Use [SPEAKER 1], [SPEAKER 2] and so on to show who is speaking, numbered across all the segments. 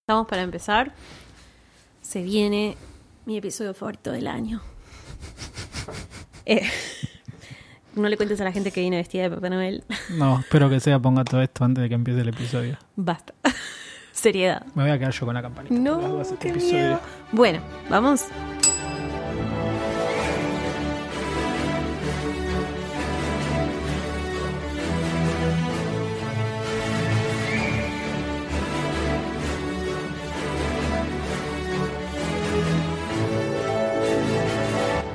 [SPEAKER 1] estamos para empezar. Se viene mi episodio favorito del año. Eh, no le cuentes a la gente que vino vestida de Papá Noel.
[SPEAKER 2] No, espero que sea ponga todo esto antes de que empiece el episodio.
[SPEAKER 1] Basta. Seriedad.
[SPEAKER 2] Me voy a quedar yo con la campanita. por las
[SPEAKER 1] No,
[SPEAKER 2] dudas este
[SPEAKER 1] qué
[SPEAKER 2] episodio.
[SPEAKER 1] miedo. Bueno, vamos.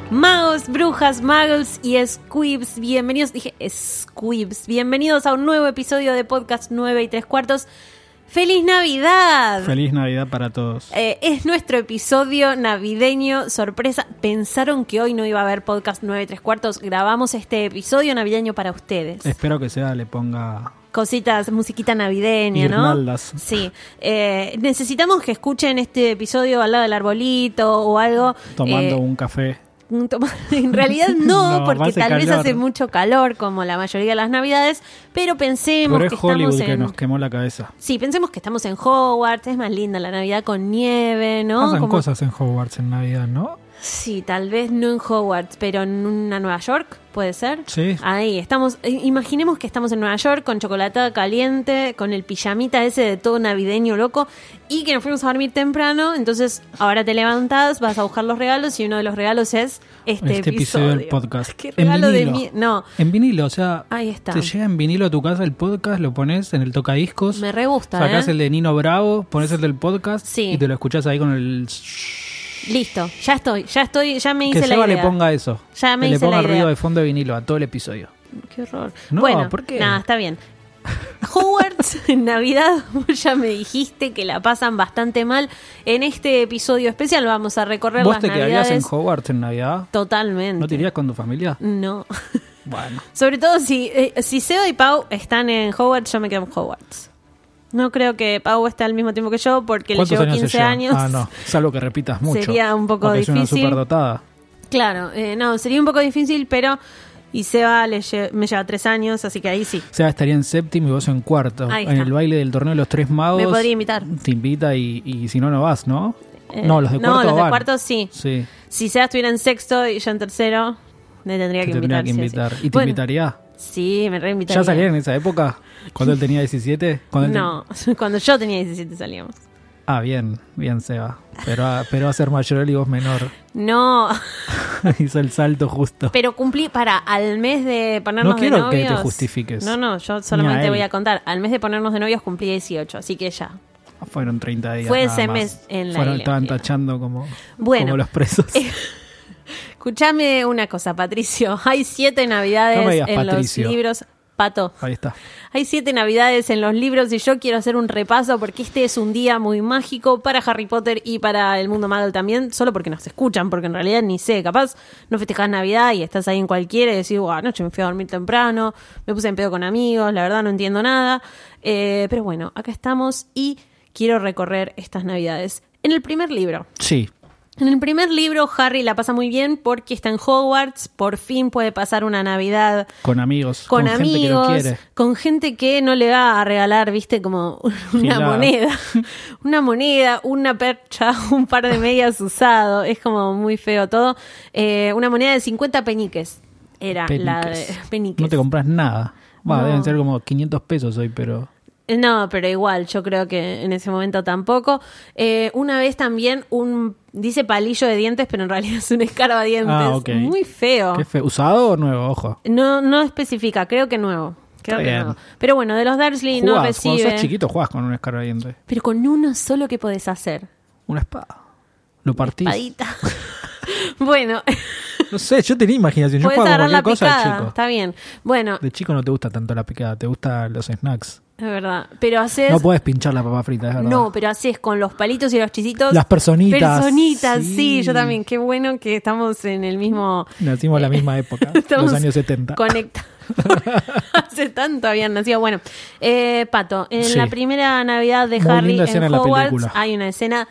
[SPEAKER 1] Magos, brujas, muggles y squibs, bienvenidos, dije squibs, bienvenidos a un nuevo episodio de Podcast 9 y 3 cuartos. ¡Feliz Navidad!
[SPEAKER 2] Feliz Navidad para todos.
[SPEAKER 1] Eh, es nuestro episodio navideño sorpresa. Pensaron que hoy no iba a haber podcast 9 y 3 cuartos. Grabamos este episodio navideño para ustedes.
[SPEAKER 2] Espero que sea le ponga.
[SPEAKER 1] Cositas, musiquita navideña, ¿no?
[SPEAKER 2] Guirnaldas.
[SPEAKER 1] Sí. Eh, necesitamos que escuchen este episodio al lado del arbolito o algo.
[SPEAKER 2] Tomando
[SPEAKER 1] Eh,
[SPEAKER 2] un café.
[SPEAKER 1] un toma- En realidad no,
[SPEAKER 2] No,
[SPEAKER 1] porque
[SPEAKER 2] hace
[SPEAKER 1] tal vez
[SPEAKER 2] calor.
[SPEAKER 1] hace mucho calor, como la mayoría de las navidades, pero pensemos
[SPEAKER 2] Pero es
[SPEAKER 1] que
[SPEAKER 2] Hollywood
[SPEAKER 1] estamos en.
[SPEAKER 2] que nos quemó la cabeza.
[SPEAKER 1] Sí, pensemos que estamos en Hogwarts, es más linda la Navidad con nieve, ¿no?
[SPEAKER 2] Pasan
[SPEAKER 1] Como-
[SPEAKER 2] cosas en Hogwarts en Navidad, ¿no?
[SPEAKER 1] Sí, tal vez no en Hogwarts, pero en una Nueva York, puede ser.
[SPEAKER 2] Sí.
[SPEAKER 1] Ahí estamos, i- imaginemos que estamos en Nueva York con chocolatada caliente, con el pijamita ese de todo navideño loco y que nos fuimos a dormir temprano, entonces ahora te levantás, vas a buscar los regalos y uno de los regalos es este,
[SPEAKER 2] este episodio, del podcast.
[SPEAKER 1] Qué
[SPEAKER 2] En
[SPEAKER 1] regalo de
[SPEAKER 2] vinilo.
[SPEAKER 1] mí, no,
[SPEAKER 2] En vinilo, o sea.
[SPEAKER 1] Ahí está.
[SPEAKER 2] Te llega en vinilo a tu casa el podcast, lo pones en el tocadiscos.
[SPEAKER 1] me re gusta,
[SPEAKER 2] Sacás
[SPEAKER 1] ¿eh?
[SPEAKER 2] el de Nino Bravo, pones el del podcast
[SPEAKER 1] Sí.
[SPEAKER 2] y te lo escuchás ahí con el.
[SPEAKER 1] Listo, ya estoy, ya estoy, ya me
[SPEAKER 2] Que
[SPEAKER 1] hice la
[SPEAKER 2] Seba
[SPEAKER 1] idea.
[SPEAKER 2] le ponga eso.
[SPEAKER 1] Ya me
[SPEAKER 2] que le
[SPEAKER 1] hice la
[SPEAKER 2] ponga
[SPEAKER 1] idea.
[SPEAKER 2] ruido de fondo de vinilo a todo el episodio.
[SPEAKER 1] Qué horror.
[SPEAKER 2] No,
[SPEAKER 1] bueno,
[SPEAKER 2] ¿por qué?
[SPEAKER 1] Nada, está bien. Hogwarts en Navidad, vos ya me dijiste que la pasan bastante mal. En este episodio especial vamos a recorrer
[SPEAKER 2] ¿Vos
[SPEAKER 1] las
[SPEAKER 2] te quedarías en
[SPEAKER 1] Navidades.
[SPEAKER 2] Hogwarts en Navidad?
[SPEAKER 1] Totalmente.
[SPEAKER 2] ¿No te irías con tu familia?
[SPEAKER 1] No.
[SPEAKER 2] Bueno.
[SPEAKER 1] Sobre todo si, eh, si Seba y Pau están en Hogwarts, yo me quedo en Hogwarts. No creo que Pau esté al mismo tiempo que yo porque le
[SPEAKER 2] ¿Cuántos
[SPEAKER 1] llevo
[SPEAKER 2] años
[SPEAKER 1] 15
[SPEAKER 2] se llevan?
[SPEAKER 1] años.
[SPEAKER 2] Ah, no. Salvo que repitas mucho.
[SPEAKER 1] Sería un poco
[SPEAKER 2] O que es una
[SPEAKER 1] difícil.
[SPEAKER 2] superdotada.
[SPEAKER 1] Claro, eh, no, sería un poco difícil, pero. Y Seba le lle- me lleva 3 años, así que ahí sí.
[SPEAKER 2] O sea, estaría en séptimo y vos en cuarto.
[SPEAKER 1] Ahí
[SPEAKER 2] En
[SPEAKER 1] está.
[SPEAKER 2] el baile del torneo de los tres magos.
[SPEAKER 1] Me podría invitar.
[SPEAKER 2] Te invita y, y si no, no vas, ¿no?
[SPEAKER 1] Eh,
[SPEAKER 2] no, los de cuarto
[SPEAKER 1] No, los de
[SPEAKER 2] van.
[SPEAKER 1] cuarto sí.
[SPEAKER 2] Sí,
[SPEAKER 1] Si Seba estuviera en sexto y yo en tercero, me tendría
[SPEAKER 2] te
[SPEAKER 1] que
[SPEAKER 2] tendría
[SPEAKER 1] invitar.
[SPEAKER 2] que
[SPEAKER 1] sí o
[SPEAKER 2] invitar.
[SPEAKER 1] sí.
[SPEAKER 2] ¿Y te
[SPEAKER 1] Bueno,
[SPEAKER 2] invitaría?
[SPEAKER 1] Sí, me reinvitaría.
[SPEAKER 2] ¿Ya salían en esa época? ¿Cuando él tenía 17? Cuando él ten-
[SPEAKER 1] No, cuando yo tenía 17 salíamos.
[SPEAKER 2] Ah, bien, bien, Seba. Pero, a- pero va a ser mayor él y vos menor.
[SPEAKER 1] No,
[SPEAKER 2] Hizo el salto justo.
[SPEAKER 1] pero cumplí para al mes de ponernos
[SPEAKER 2] No
[SPEAKER 1] de novios.
[SPEAKER 2] quiero que te justifiques.
[SPEAKER 1] No, no, yo solamente
[SPEAKER 2] Ni a él.
[SPEAKER 1] voy a contar. Al mes de ponernos de novios cumplí 18, así que ya.
[SPEAKER 2] Fueron 30 días.
[SPEAKER 1] Fue
[SPEAKER 2] nada
[SPEAKER 1] ese
[SPEAKER 2] más.
[SPEAKER 1] mes en la
[SPEAKER 2] Fueron,
[SPEAKER 1] isla,
[SPEAKER 2] Estaban
[SPEAKER 1] mira.
[SPEAKER 2] tachando como,
[SPEAKER 1] Bueno.
[SPEAKER 2] como los presos.
[SPEAKER 1] Escuchame una cosa, Patricio. Hay siete navidades
[SPEAKER 2] No me digas
[SPEAKER 1] en
[SPEAKER 2] Patricio.
[SPEAKER 1] los libros. Pato.
[SPEAKER 2] Ahí está.
[SPEAKER 1] Hay siete navidades en los libros y yo quiero hacer un repaso porque este es un día muy mágico para Harry Potter y para el mundo mago también, solo porque nos escuchan, porque en realidad ni sé, capaz no festejas Navidad y estás ahí en cualquiera y decís, "Buah, anoche me fui a dormir temprano, me puse en pedo con amigos, la verdad no entiendo nada. Eh, pero bueno, acá estamos y quiero recorrer estas navidades. En el primer libro,
[SPEAKER 2] Sí.
[SPEAKER 1] en el primer libro Harry la pasa muy bien porque está en Hogwarts, por fin puede pasar una Navidad
[SPEAKER 2] Con amigos.
[SPEAKER 1] con,
[SPEAKER 2] gente que lo
[SPEAKER 1] amigos,
[SPEAKER 2] quiere.
[SPEAKER 1] con gente que no le va a regalar, viste, como una
[SPEAKER 2] Gilada.
[SPEAKER 1] moneda, una moneda, una percha, un par de medias usado, es como muy feo todo. Eh, una moneda de 50 peñiques era la de
[SPEAKER 2] Peniques.
[SPEAKER 1] peniques.
[SPEAKER 2] No te compras nada. Va,
[SPEAKER 1] No.
[SPEAKER 2] deben ser como 500 pesos hoy, pero.
[SPEAKER 1] No, pero igual, yo creo que en ese momento tampoco. Eh, una vez también un, dice palillo de dientes, pero en realidad es un escarbadientes.
[SPEAKER 2] Ah, ok.
[SPEAKER 1] Muy feo.
[SPEAKER 2] ¿Qué fe- ¿Usado o nuevo? Ojo.
[SPEAKER 1] No, no especifica, creo que nuevo. Creo
[SPEAKER 2] Está
[SPEAKER 1] que
[SPEAKER 2] bien.
[SPEAKER 1] nuevo. Pero bueno, de los Dursley no
[SPEAKER 2] Jugás,
[SPEAKER 1] recibe.
[SPEAKER 2] Cuando sos chiquito, jugás con un escarbadiente.
[SPEAKER 1] Pero con uno solo que podés hacer.
[SPEAKER 2] Una espada. Lo partís.
[SPEAKER 1] Padita. bueno,
[SPEAKER 2] No sé, yo tenía imaginación. Yo
[SPEAKER 1] podés
[SPEAKER 2] jugaba con
[SPEAKER 1] agarrar la
[SPEAKER 2] cualquier cosa de
[SPEAKER 1] picada.
[SPEAKER 2] chico.
[SPEAKER 1] Está bien. Bueno,
[SPEAKER 2] De chico no te gusta tanto la picada, te gustan los snacks.
[SPEAKER 1] es verdad. Pero haces.
[SPEAKER 2] No puedes pinchar la papa frita, es verdad.
[SPEAKER 1] No, pero haces con los palitos y los chisitos.
[SPEAKER 2] Las personitas.
[SPEAKER 1] Personitas, sí.
[SPEAKER 2] Sí.
[SPEAKER 1] yo también. Qué bueno que estamos en el mismo.
[SPEAKER 2] Nacimos en la misma época,
[SPEAKER 1] Estamos
[SPEAKER 2] los años 70.
[SPEAKER 1] Conectados. Hace tanto habían nacido. Bueno, eh, Pato, en
[SPEAKER 2] Sí.
[SPEAKER 1] la primera Navidad de
[SPEAKER 2] Muy
[SPEAKER 1] Harry
[SPEAKER 2] linda escena
[SPEAKER 1] en
[SPEAKER 2] en la
[SPEAKER 1] Hogwarts
[SPEAKER 2] película.
[SPEAKER 1] hay una escena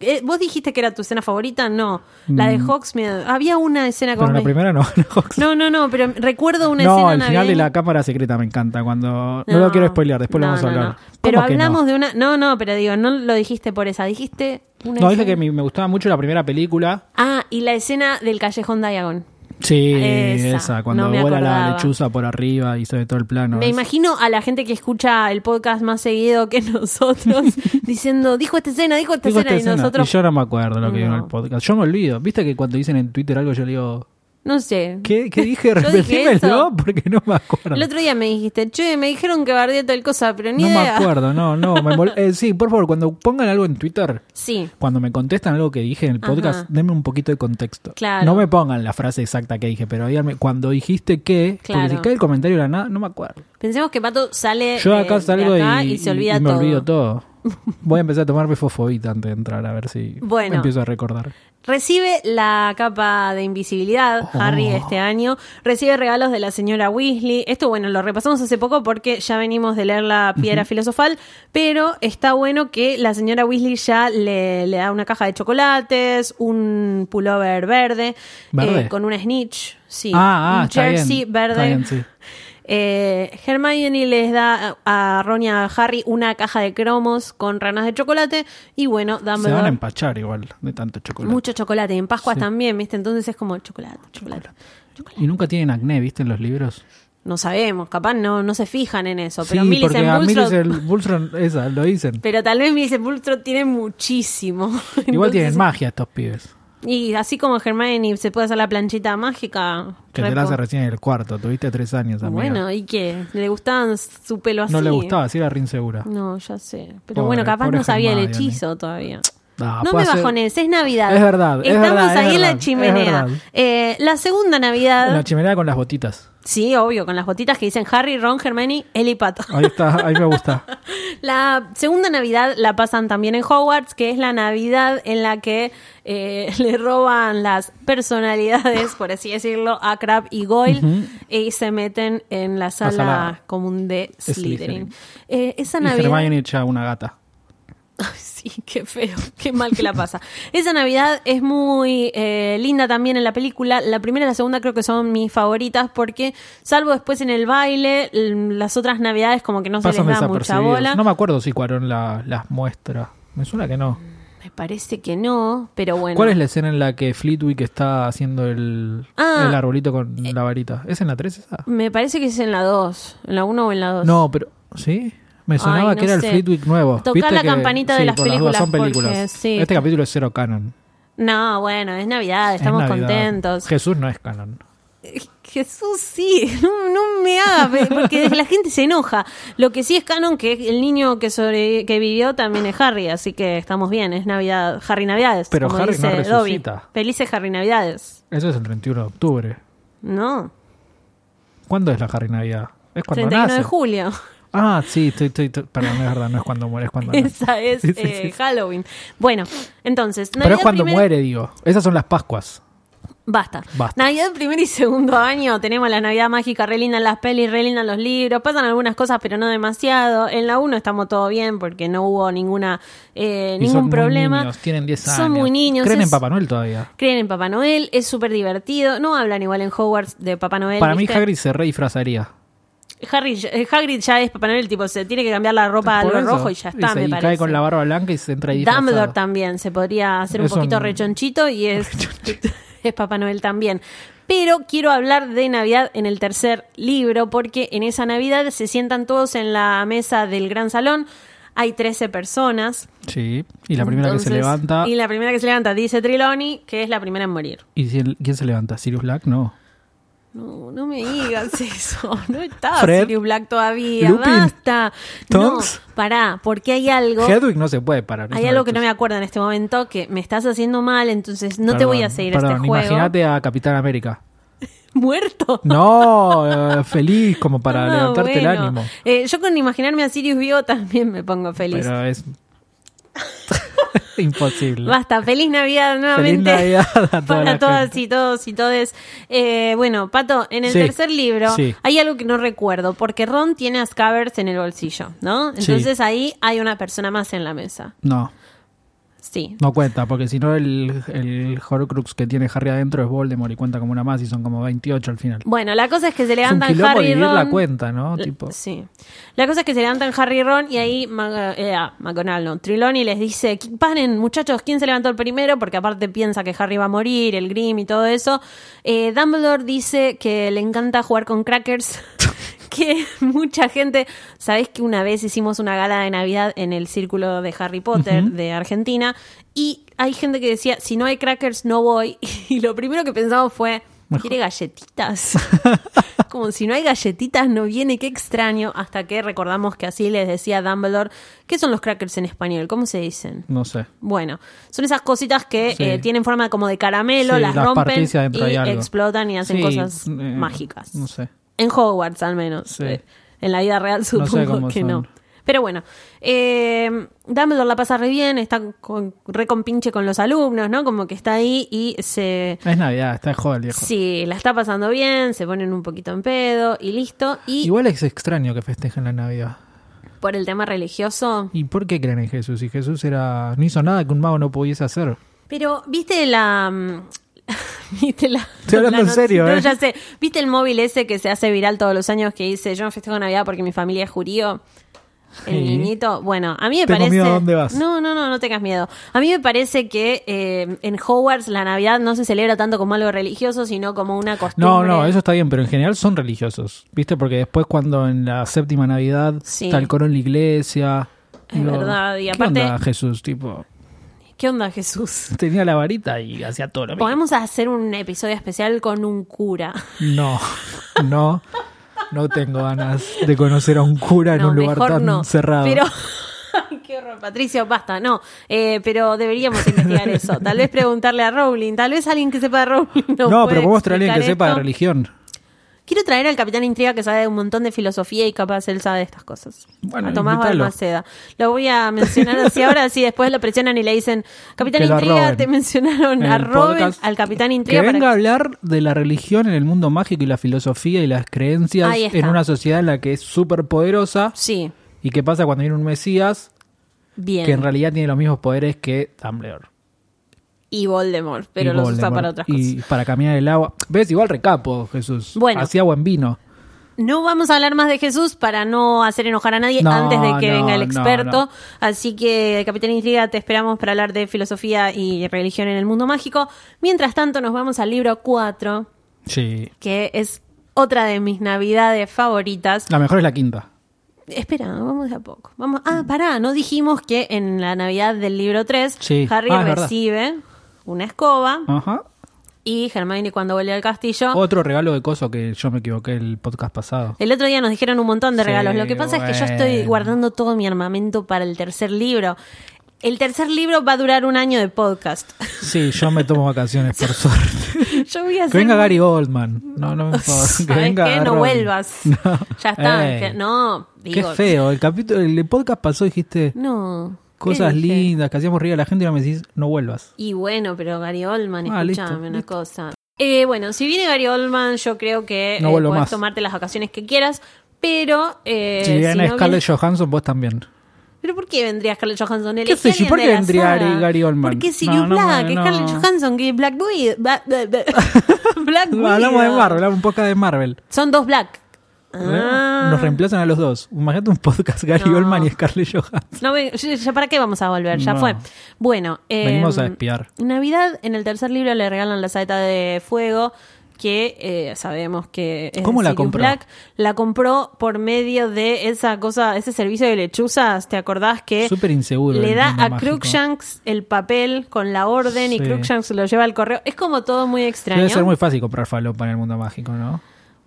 [SPEAKER 1] eh, vos dijiste que era tu escena favorita, no. La de
[SPEAKER 2] Mm.
[SPEAKER 1] Hogsmeade. Había una escena
[SPEAKER 2] Pero
[SPEAKER 1] con.
[SPEAKER 2] la primera no, la Hawks.
[SPEAKER 1] No, no, no, pero recuerdo una
[SPEAKER 2] No,
[SPEAKER 1] escena.
[SPEAKER 2] el final de
[SPEAKER 1] navideña-
[SPEAKER 2] la cámara secreta me encanta. Cuando no, lo quiero spoilear, después lo
[SPEAKER 1] no,
[SPEAKER 2] vamos a
[SPEAKER 1] no,
[SPEAKER 2] hablar.
[SPEAKER 1] no. Pero
[SPEAKER 2] ¿Cómo que no?
[SPEAKER 1] hablamos de una. No, no, pero digo, no lo dijiste por esa. Dijiste una.
[SPEAKER 2] No,
[SPEAKER 1] escena-
[SPEAKER 2] dije que me, me gustaba mucho la primera película.
[SPEAKER 1] Ah, y la escena del Callejón Diagon.
[SPEAKER 2] Sí,
[SPEAKER 1] Esa,
[SPEAKER 2] esa,
[SPEAKER 1] no
[SPEAKER 2] cuando
[SPEAKER 1] me
[SPEAKER 2] vuela la
[SPEAKER 1] acordaba.
[SPEAKER 2] lechuza por arriba y se ve todo el plano.
[SPEAKER 1] Me
[SPEAKER 2] es-
[SPEAKER 1] imagino a la gente que escucha el podcast más seguido que nosotros diciendo, dijo esta escena, dijo esta
[SPEAKER 2] Digo esta
[SPEAKER 1] escena, y
[SPEAKER 2] escena,
[SPEAKER 1] nosotros.
[SPEAKER 2] y yo no me acuerdo lo que digo en
[SPEAKER 1] No.
[SPEAKER 2] el podcast. Yo me olvido. Viste que cuando dicen en Twitter algo, yo le digo,
[SPEAKER 1] No sé.
[SPEAKER 2] ¿qué, qué dije?
[SPEAKER 1] Yo dije eso.
[SPEAKER 2] Repetímelo porque no me acuerdo.
[SPEAKER 1] El otro día me dijiste, che, me dijeron que bardeé tal cosa, pero ni
[SPEAKER 2] No me
[SPEAKER 1] idea.
[SPEAKER 2] acuerdo, no, no. me mol- eh, sí, por favor, cuando pongan algo en Twitter,
[SPEAKER 1] Sí.
[SPEAKER 2] cuando me contestan algo que dije en el podcast,
[SPEAKER 1] Ajá.
[SPEAKER 2] denme un poquito de contexto.
[SPEAKER 1] Claro.
[SPEAKER 2] No me pongan la frase exacta que dije, pero díganme, cuando dijiste que,
[SPEAKER 1] Claro.
[SPEAKER 2] porque si cae el comentario de la nada, no me acuerdo.
[SPEAKER 1] Pensemos que Pato sale
[SPEAKER 2] Yo
[SPEAKER 1] de-
[SPEAKER 2] acá
[SPEAKER 1] de
[SPEAKER 2] salgo
[SPEAKER 1] acá
[SPEAKER 2] y,
[SPEAKER 1] se olvida
[SPEAKER 2] y me
[SPEAKER 1] todo.
[SPEAKER 2] olvido todo. Voy a empezar a tomarme fosfobita antes de entrar a ver si
[SPEAKER 1] Bueno.
[SPEAKER 2] empiezo a recordar.
[SPEAKER 1] Recibe la capa de invisibilidad,
[SPEAKER 2] Oh.
[SPEAKER 1] Harry, este año. Recibe regalos de la señora Weasley. Esto, bueno, lo repasamos hace poco porque ya venimos de leer la piedra filosofal, pero está bueno que la señora Weasley ya le, le da una caja de chocolates, un pullover verde, eh,
[SPEAKER 2] ¿Verde?
[SPEAKER 1] con una snitch, sí,
[SPEAKER 2] ah, ah,
[SPEAKER 1] un
[SPEAKER 2] está bien.
[SPEAKER 1] jersey verde.
[SPEAKER 2] Está bien, sí.
[SPEAKER 1] Eh, Hermione les da a a Ron y a Harry una caja de cromos con ranas de chocolate y bueno,
[SPEAKER 2] Se van a
[SPEAKER 1] Dumbledore
[SPEAKER 2] empachar igual de tanto chocolate.
[SPEAKER 1] Ah, mucho chocolate. En Pascuas
[SPEAKER 2] Sí.
[SPEAKER 1] también, ¿viste? Entonces es como chocolate, chocolate.
[SPEAKER 2] Y nunca tienen acné, ¿viste? En los libros.
[SPEAKER 1] No sabemos, capaz no, no se fijan en eso. Pero
[SPEAKER 2] sí,
[SPEAKER 1] Millicent
[SPEAKER 2] porque a
[SPEAKER 1] Bulstrode-
[SPEAKER 2] Millicent Bulstrode, esa, lo dicen.
[SPEAKER 1] Pero tal vez Millicent Bulstrode tiene muchísimo.
[SPEAKER 2] Igual
[SPEAKER 1] Entonces-
[SPEAKER 2] tienen magia estos pibes.
[SPEAKER 1] Y así como Hermione se puede hacer la planchita mágica.
[SPEAKER 2] Que te
[SPEAKER 1] repo-
[SPEAKER 2] la hace recién en el cuarto. Tuviste tres años, amiga.
[SPEAKER 1] Bueno, ¿y qué? ¿Le gustaban su pelo así?
[SPEAKER 2] no le gustaba, si era rinsegura.
[SPEAKER 1] No, ya sé. Pero
[SPEAKER 2] Pobre,
[SPEAKER 1] bueno, capaz
[SPEAKER 2] pobre
[SPEAKER 1] no sabía el
[SPEAKER 2] Hermione.
[SPEAKER 1] hechizo todavía.
[SPEAKER 2] Ah,
[SPEAKER 1] No me
[SPEAKER 2] puede ser-
[SPEAKER 1] bajones, es Navidad.
[SPEAKER 2] Es verdad, es
[SPEAKER 1] Estamos
[SPEAKER 2] verdad, es
[SPEAKER 1] ahí en
[SPEAKER 2] verdad,
[SPEAKER 1] la
[SPEAKER 2] es
[SPEAKER 1] chimenea.
[SPEAKER 2] verdad.
[SPEAKER 1] Eh, la segunda
[SPEAKER 2] En
[SPEAKER 1] Navidad.
[SPEAKER 2] la chimenea con las botitas.
[SPEAKER 1] Sí, obvio, con las botitas que dicen Harry, Ron, Hermione, él y Pato.
[SPEAKER 2] Ahí está, ahí me gusta.
[SPEAKER 1] La segunda Navidad la pasan también en Hogwarts, que es la Navidad en la que eh, le roban las personalidades, por así decirlo, a Crab y Goyle y se meten en la sala,
[SPEAKER 2] sala
[SPEAKER 1] común de Slytherin.
[SPEAKER 2] Slytherin.
[SPEAKER 1] Eh, esa
[SPEAKER 2] Y
[SPEAKER 1] Navidad...
[SPEAKER 2] Hermione echa una gata.
[SPEAKER 1] Ay, Sí, qué feo, qué mal que la pasa. Esa Navidad es muy eh, linda también en la película. La primera y la segunda creo que son mis favoritas porque, salvo después en el baile, l- las otras Navidades como que no se
[SPEAKER 2] Pasan
[SPEAKER 1] les da mucha
[SPEAKER 2] desapercibidos.
[SPEAKER 1] bola.
[SPEAKER 2] No me acuerdo si Cuarón la- las muestra. Me suena que no.
[SPEAKER 1] Me parece que no, pero bueno.
[SPEAKER 2] ¿Cuál es la escena en la que Flitwick está haciendo el,
[SPEAKER 1] Ah.
[SPEAKER 2] el arbolito con la varita? ¿Es en la 3 esa?
[SPEAKER 1] Me parece que es en la 2, en la 1 o en la 2.
[SPEAKER 2] No, pero. ¿Sí? Me sonaba
[SPEAKER 1] Ay, no
[SPEAKER 2] que era el
[SPEAKER 1] sé.
[SPEAKER 2] Flitwick nuevo.
[SPEAKER 1] Tocá
[SPEAKER 2] ¿Viste
[SPEAKER 1] la
[SPEAKER 2] que-
[SPEAKER 1] campanita de
[SPEAKER 2] sí,
[SPEAKER 1] las
[SPEAKER 2] por dudas,
[SPEAKER 1] películas,
[SPEAKER 2] son películas.
[SPEAKER 1] porque sí.
[SPEAKER 2] Este capítulo es cero canon.
[SPEAKER 1] No, bueno, es Navidad,
[SPEAKER 2] Es
[SPEAKER 1] estamos
[SPEAKER 2] Navidad.
[SPEAKER 1] contentos.
[SPEAKER 2] Jesús no es canon.
[SPEAKER 1] Jesús sí, no, no me haga, pe- porque la gente se enoja. Lo que sí es canon que el niño que sobre, que vivió también es Harry, así que estamos bien, es Navidad, Harry Navidades.
[SPEAKER 2] Pero
[SPEAKER 1] como
[SPEAKER 2] Harry
[SPEAKER 1] dice
[SPEAKER 2] no
[SPEAKER 1] Dobby.
[SPEAKER 2] resucita.
[SPEAKER 1] Felices Harry Navidades.
[SPEAKER 2] Eso es el 31 de octubre.
[SPEAKER 1] No,
[SPEAKER 2] ¿Cuándo es la Harry Navidad? Es cuando
[SPEAKER 1] 31
[SPEAKER 2] nace.
[SPEAKER 1] de julio.
[SPEAKER 2] Ah, sí, estoy, estoy, estoy- Perdón, es verdad, no es cuando muere, es cuando nace.
[SPEAKER 1] Esa es
[SPEAKER 2] Sí, sí,
[SPEAKER 1] eh,
[SPEAKER 2] sí, sí.
[SPEAKER 1] Halloween. Bueno, entonces.
[SPEAKER 2] Pero es
[SPEAKER 1] Navidad
[SPEAKER 2] cuando
[SPEAKER 1] primera-
[SPEAKER 2] muere, digo. Esas son las Pascuas.
[SPEAKER 1] Basta.
[SPEAKER 2] Basta.
[SPEAKER 1] Navidad primer y segundo año tenemos la Navidad mágica, re linda en las pelis, re linda en los libros, pasan algunas cosas pero no demasiado. En la 1 estamos todo bien porque no hubo ninguna eh,
[SPEAKER 2] Y son
[SPEAKER 1] ningún
[SPEAKER 2] muy
[SPEAKER 1] problema.
[SPEAKER 2] niños, tienen 10 años.
[SPEAKER 1] Son muy niños.
[SPEAKER 2] Creen en
[SPEAKER 1] es-
[SPEAKER 2] Papá Noel todavía.
[SPEAKER 1] Creen en Papá Noel, es súper divertido. No hablan igual en Hogwarts de Papá Noel.
[SPEAKER 2] Para mí,
[SPEAKER 1] ¿viste?
[SPEAKER 2] Hagrid se redisfrazaría.
[SPEAKER 1] Harry- eh, Hagrid ya es Papá Noel, tipo, se tiene que cambiar la ropa a
[SPEAKER 2] Por
[SPEAKER 1] lo
[SPEAKER 2] eso.
[SPEAKER 1] rojo y ya está,
[SPEAKER 2] se-
[SPEAKER 1] me
[SPEAKER 2] y
[SPEAKER 1] parece.
[SPEAKER 2] cae con la barba blanca y se entra ahí disfrazado.
[SPEAKER 1] Dumbledore también se podría hacer un
[SPEAKER 2] Es
[SPEAKER 1] poquito
[SPEAKER 2] un-
[SPEAKER 1] rechonchito y es, es Papá Noel también. Pero quiero hablar de Navidad en el tercer libro, porque en esa Navidad se sientan todos en la mesa del gran salón. Hay 13 personas.
[SPEAKER 2] Sí, y la primera que se
[SPEAKER 1] Entonces-
[SPEAKER 2] levanta.
[SPEAKER 1] Y la primera que se levanta, dice Triloni, que es la primera en morir.
[SPEAKER 2] ¿Y si el- quién se levanta? ¿Sirius Black? No.
[SPEAKER 1] No, no me digas eso. No está
[SPEAKER 2] Fred,
[SPEAKER 1] Sirius Black todavía.
[SPEAKER 2] Lupin,
[SPEAKER 1] Basta.
[SPEAKER 2] Tonks.
[SPEAKER 1] No, pará, porque hay algo.
[SPEAKER 2] Hedwig no se puede parar.
[SPEAKER 1] Hay algo que no me acuerdo en este momento, que me estás haciendo mal, entonces no te voy a seguir este juego.
[SPEAKER 2] Imagínate a Capitán América.
[SPEAKER 1] Muerto.
[SPEAKER 2] No, eh, feliz como para
[SPEAKER 1] Ah,
[SPEAKER 2] levantarte el
[SPEAKER 1] bueno.
[SPEAKER 2] ánimo.
[SPEAKER 1] Eh, yo con imaginarme a Sirius vivo también me pongo feliz.
[SPEAKER 2] Pero es imposible.
[SPEAKER 1] Basta, feliz Navidad nuevamente.
[SPEAKER 2] Navidad a toda
[SPEAKER 1] para
[SPEAKER 2] la
[SPEAKER 1] todas
[SPEAKER 2] gente.
[SPEAKER 1] y todos y todes. Eh, bueno, Pato, en el
[SPEAKER 2] Sí,
[SPEAKER 1] tercer libro
[SPEAKER 2] sí.
[SPEAKER 1] hay algo que no recuerdo, porque Ron tiene a Scabbers en el bolsillo, ¿no?
[SPEAKER 2] Sí.
[SPEAKER 1] Entonces ahí hay una persona más en la mesa.
[SPEAKER 2] No.
[SPEAKER 1] Sí.
[SPEAKER 2] No cuenta, porque si no el, el Horcrux que tiene Harry adentro es Voldemort y cuenta como una más y son como 28 al final.
[SPEAKER 1] Bueno, la cosa es que se
[SPEAKER 2] es un
[SPEAKER 1] levantan
[SPEAKER 2] quilombo
[SPEAKER 1] Harry y
[SPEAKER 2] dividir
[SPEAKER 1] Ron.
[SPEAKER 2] la cuenta, ¿no? Tipo,
[SPEAKER 1] Sí. La cosa es que se levantan Harry y Ron y ahí Mac- eh, ah, McGonagall, no, Trelawney les dice, "Qui- paren muchachos, ¿quién se levantó el primero? Porque aparte piensa que Harry va a morir, el Grimm y todo eso. Eh, Dumbledore dice que le encanta jugar con crackers. Que mucha gente, sabés que una vez hicimos una gala de Navidad en el círculo de Harry Potter de Argentina y hay gente que decía, si no hay crackers no voy. Y lo primero que pensamos fue,
[SPEAKER 2] Mejor.
[SPEAKER 1] ¿quiere galletitas? Como si no hay galletitas, no viene, qué extraño. Hasta que recordamos que así les decía Dumbledore, ¿qué son los crackers en español? ¿Cómo se dicen?
[SPEAKER 2] no sé.
[SPEAKER 1] Bueno, son esas cositas que
[SPEAKER 2] Sí.
[SPEAKER 1] eh, tienen forma como de caramelo,
[SPEAKER 2] Sí,
[SPEAKER 1] las,
[SPEAKER 2] las
[SPEAKER 1] rompen
[SPEAKER 2] partís y adentro hay
[SPEAKER 1] y
[SPEAKER 2] algo.
[SPEAKER 1] explotan y hacen
[SPEAKER 2] Sí,
[SPEAKER 1] cosas
[SPEAKER 2] eh,
[SPEAKER 1] mágicas.
[SPEAKER 2] No sé.
[SPEAKER 1] En Hogwarts, al menos.
[SPEAKER 2] Sí.
[SPEAKER 1] Eh, En la vida real supongo
[SPEAKER 2] cómo
[SPEAKER 1] que
[SPEAKER 2] son.
[SPEAKER 1] no. Pero bueno, eh, Dumbledore la pasa re bien, está con, re con pinche con los alumnos, ¿no? Como que está ahí y se...
[SPEAKER 2] Es Navidad, está de joda el viejo.
[SPEAKER 1] Sí, la está pasando bien, se ponen un poquito en pedo y listo. Y
[SPEAKER 2] Igual es extraño que festejen la Navidad.
[SPEAKER 1] por el tema religioso.
[SPEAKER 2] ¿Y por qué creen en Jesús? Si Jesús era no hizo nada que un mago no pudiese hacer.
[SPEAKER 1] Pero, ¿viste la... mm, ¿Viste la...
[SPEAKER 2] Estoy hablando
[SPEAKER 1] la
[SPEAKER 2] en
[SPEAKER 1] noticia?
[SPEAKER 2] serio,
[SPEAKER 1] No,
[SPEAKER 2] ¿eh?
[SPEAKER 1] ya sé. ¿Viste el móvil ese que se hace viral todos los años que dice, yo no festejo Navidad porque mi familia es jurío? El
[SPEAKER 2] Sí.
[SPEAKER 1] niñito. Bueno, a mí me
[SPEAKER 2] Tengo
[SPEAKER 1] parece...
[SPEAKER 2] miedo, ¿a dónde vas?
[SPEAKER 1] No, no, no, no tengas miedo. A mí me parece que eh, en Hogwarts la Navidad no se celebra tanto como algo religioso, sino como una
[SPEAKER 2] No,
[SPEAKER 1] costumbre.
[SPEAKER 2] no, eso está bien, pero en general son religiosos, ¿viste? Porque después cuando en la séptima Navidad
[SPEAKER 1] Sí.
[SPEAKER 2] está el coro en la iglesia.
[SPEAKER 1] Es verdad, y
[SPEAKER 2] ¿qué
[SPEAKER 1] aparte-
[SPEAKER 2] onda Jesús? Tipo,
[SPEAKER 1] ¿Qué onda, Jesús?
[SPEAKER 2] tenía la varita y hacía todo lo mismo.
[SPEAKER 1] Podemos hacer un episodio especial con un cura.
[SPEAKER 2] No, no, no tengo ganas de conocer a un cura en
[SPEAKER 1] No,
[SPEAKER 2] un lugar
[SPEAKER 1] mejor
[SPEAKER 2] tan
[SPEAKER 1] no.
[SPEAKER 2] cerrado.
[SPEAKER 1] Pero. Ay, qué horror, Patricio, basta, no. Eh, pero deberíamos investigar eso. Tal vez preguntarle a Rowling, tal vez alguien que sepa de Rowling. nos
[SPEAKER 2] no,
[SPEAKER 1] puede
[SPEAKER 2] pero podemos traer a alguien que
[SPEAKER 1] explicar
[SPEAKER 2] sepa de
[SPEAKER 1] esto.
[SPEAKER 2] religión.
[SPEAKER 1] Quiero traer al Capitán Intriga que sabe de un montón de filosofía y capaz él sabe de estas cosas.
[SPEAKER 2] Bueno,
[SPEAKER 1] a Tomás
[SPEAKER 2] invítalo.
[SPEAKER 1] Balmaceda. Lo voy a mencionar así ahora, así después lo presionan y le dicen, Capitán
[SPEAKER 2] Que lo
[SPEAKER 1] Intriga,
[SPEAKER 2] arroben.
[SPEAKER 1] te mencionaron
[SPEAKER 2] En
[SPEAKER 1] a
[SPEAKER 2] el
[SPEAKER 1] Robin,
[SPEAKER 2] podcast.
[SPEAKER 1] al Capitán
[SPEAKER 2] Que
[SPEAKER 1] Intriga. para
[SPEAKER 2] venga a hablar de la religión en el mundo mágico y la filosofía y las creencias
[SPEAKER 1] Ahí está.
[SPEAKER 2] en una sociedad en la que es súper poderosa.
[SPEAKER 1] Sí,
[SPEAKER 2] ¿Y qué pasa cuando viene un Mesías
[SPEAKER 1] bien.
[SPEAKER 2] que en realidad tiene los mismos poderes que Dumbledore?
[SPEAKER 1] Y Voldemort, pero
[SPEAKER 2] Y
[SPEAKER 1] los usa
[SPEAKER 2] Voldemort.
[SPEAKER 1] para otras cosas.
[SPEAKER 2] Y para caminar el agua. ¿Ves? Igual recapo, Jesús.
[SPEAKER 1] Bueno.
[SPEAKER 2] Hacía buen vino.
[SPEAKER 1] No vamos a hablar más de Jesús para no hacer enojar a nadie
[SPEAKER 2] No,
[SPEAKER 1] antes de que
[SPEAKER 2] no,
[SPEAKER 1] venga el
[SPEAKER 2] no,
[SPEAKER 1] experto.
[SPEAKER 2] no.
[SPEAKER 1] Así que, Capitán Intriga, te esperamos para hablar de filosofía y religión en el mundo mágico. Mientras tanto, nos vamos al libro 4,
[SPEAKER 2] Sí.
[SPEAKER 1] que es otra de mis navidades favoritas.
[SPEAKER 2] La mejor es la quinta.
[SPEAKER 1] Espera, vamos de a poco. Vamos. Ah, pará, no dijimos que en la Navidad del libro 3,
[SPEAKER 2] Sí.
[SPEAKER 1] Harry
[SPEAKER 2] Ah, es verdad. Ah.
[SPEAKER 1] recibe una escoba
[SPEAKER 2] Ajá.
[SPEAKER 1] y Hermione cuando vuelve al castillo
[SPEAKER 2] Otro regalo de coso que yo me equivoqué el podcast pasado.
[SPEAKER 1] El otro día nos dijeron un montón de
[SPEAKER 2] Sí,
[SPEAKER 1] regalos. Lo que pasa es que yo estoy
[SPEAKER 2] bueno.
[SPEAKER 1] guardando todo mi armamento para el tercer libro. El tercer libro va a durar un año de podcast.
[SPEAKER 2] Sí, yo me tomo vacaciones, por suerte.
[SPEAKER 1] Yo voy a hacer.
[SPEAKER 2] Que venga Gary Goldman. No, no me importa.
[SPEAKER 1] ¿Sabes
[SPEAKER 2] Que venga
[SPEAKER 1] qué? No
[SPEAKER 2] Robin.
[SPEAKER 1] vuelvas.
[SPEAKER 2] No.
[SPEAKER 1] Ya está.
[SPEAKER 2] Ey.
[SPEAKER 1] que- No,
[SPEAKER 2] Qué
[SPEAKER 1] digo.
[SPEAKER 2] feo. El capítulo, el podcast pasó, dijiste
[SPEAKER 1] No. ¿qué
[SPEAKER 2] cosas
[SPEAKER 1] dije?
[SPEAKER 2] lindas que hacíamos reír a la gente y no me decís, no vuelvas.
[SPEAKER 1] Y bueno, pero Gary Oldman,
[SPEAKER 2] Ah, listo,
[SPEAKER 1] escúchame una
[SPEAKER 2] listo.
[SPEAKER 1] cosa. Eh, bueno, si viene Gary Oldman, yo creo que
[SPEAKER 2] No
[SPEAKER 1] eh,
[SPEAKER 2] vuelvo
[SPEAKER 1] podés
[SPEAKER 2] más.
[SPEAKER 1] tomarte las vacaciones que quieras. Pero. Eh,
[SPEAKER 2] si viene
[SPEAKER 1] no
[SPEAKER 2] Scarlett
[SPEAKER 1] viene-
[SPEAKER 2] Johansson, vos también.
[SPEAKER 1] ¿Pero por qué vendría Scarlett Johansson?
[SPEAKER 2] ¿Qué sé yo? ¿Por qué vendría Gary- Gary Oldman?
[SPEAKER 1] Porque
[SPEAKER 2] No,
[SPEAKER 1] siguió
[SPEAKER 2] no,
[SPEAKER 1] Black,
[SPEAKER 2] no.
[SPEAKER 1] Scarlett Johansson, que Black Widow. Ba- ba- ba- Black Widow.
[SPEAKER 2] Hablamos de Marvel, hablamos un podcast de Marvel. ¿Eh?
[SPEAKER 1] Son dos Black. Ah.
[SPEAKER 2] Nos reemplazan a los dos. Imagínate un podcast Gary
[SPEAKER 1] No.
[SPEAKER 2] Oldman y Scarlett Johansson.
[SPEAKER 1] No, ven- ya, ya para qué vamos a volver, ya
[SPEAKER 2] No.
[SPEAKER 1] fue. Bueno, eh,
[SPEAKER 2] Venimos a espiar.
[SPEAKER 1] Navidad, en el tercer libro le regalan la saeta de fuego que eh, sabemos que es
[SPEAKER 2] ¿Cómo
[SPEAKER 1] de
[SPEAKER 2] la
[SPEAKER 1] Sirius
[SPEAKER 2] compró?
[SPEAKER 1] Black. La compró por medio de esa cosa, ese servicio de lechuzas, ¿te acordás que
[SPEAKER 2] Súper inseguro
[SPEAKER 1] le
[SPEAKER 2] el
[SPEAKER 1] da
[SPEAKER 2] mundo
[SPEAKER 1] a
[SPEAKER 2] mágico.
[SPEAKER 1] Cruikshanks el papel con la orden y
[SPEAKER 2] Sí.
[SPEAKER 1] Cruikshanks lo lleva al correo? Es como todo muy extraño.
[SPEAKER 2] Debe ser muy fácil comprar falopa en el mundo mágico, ¿no?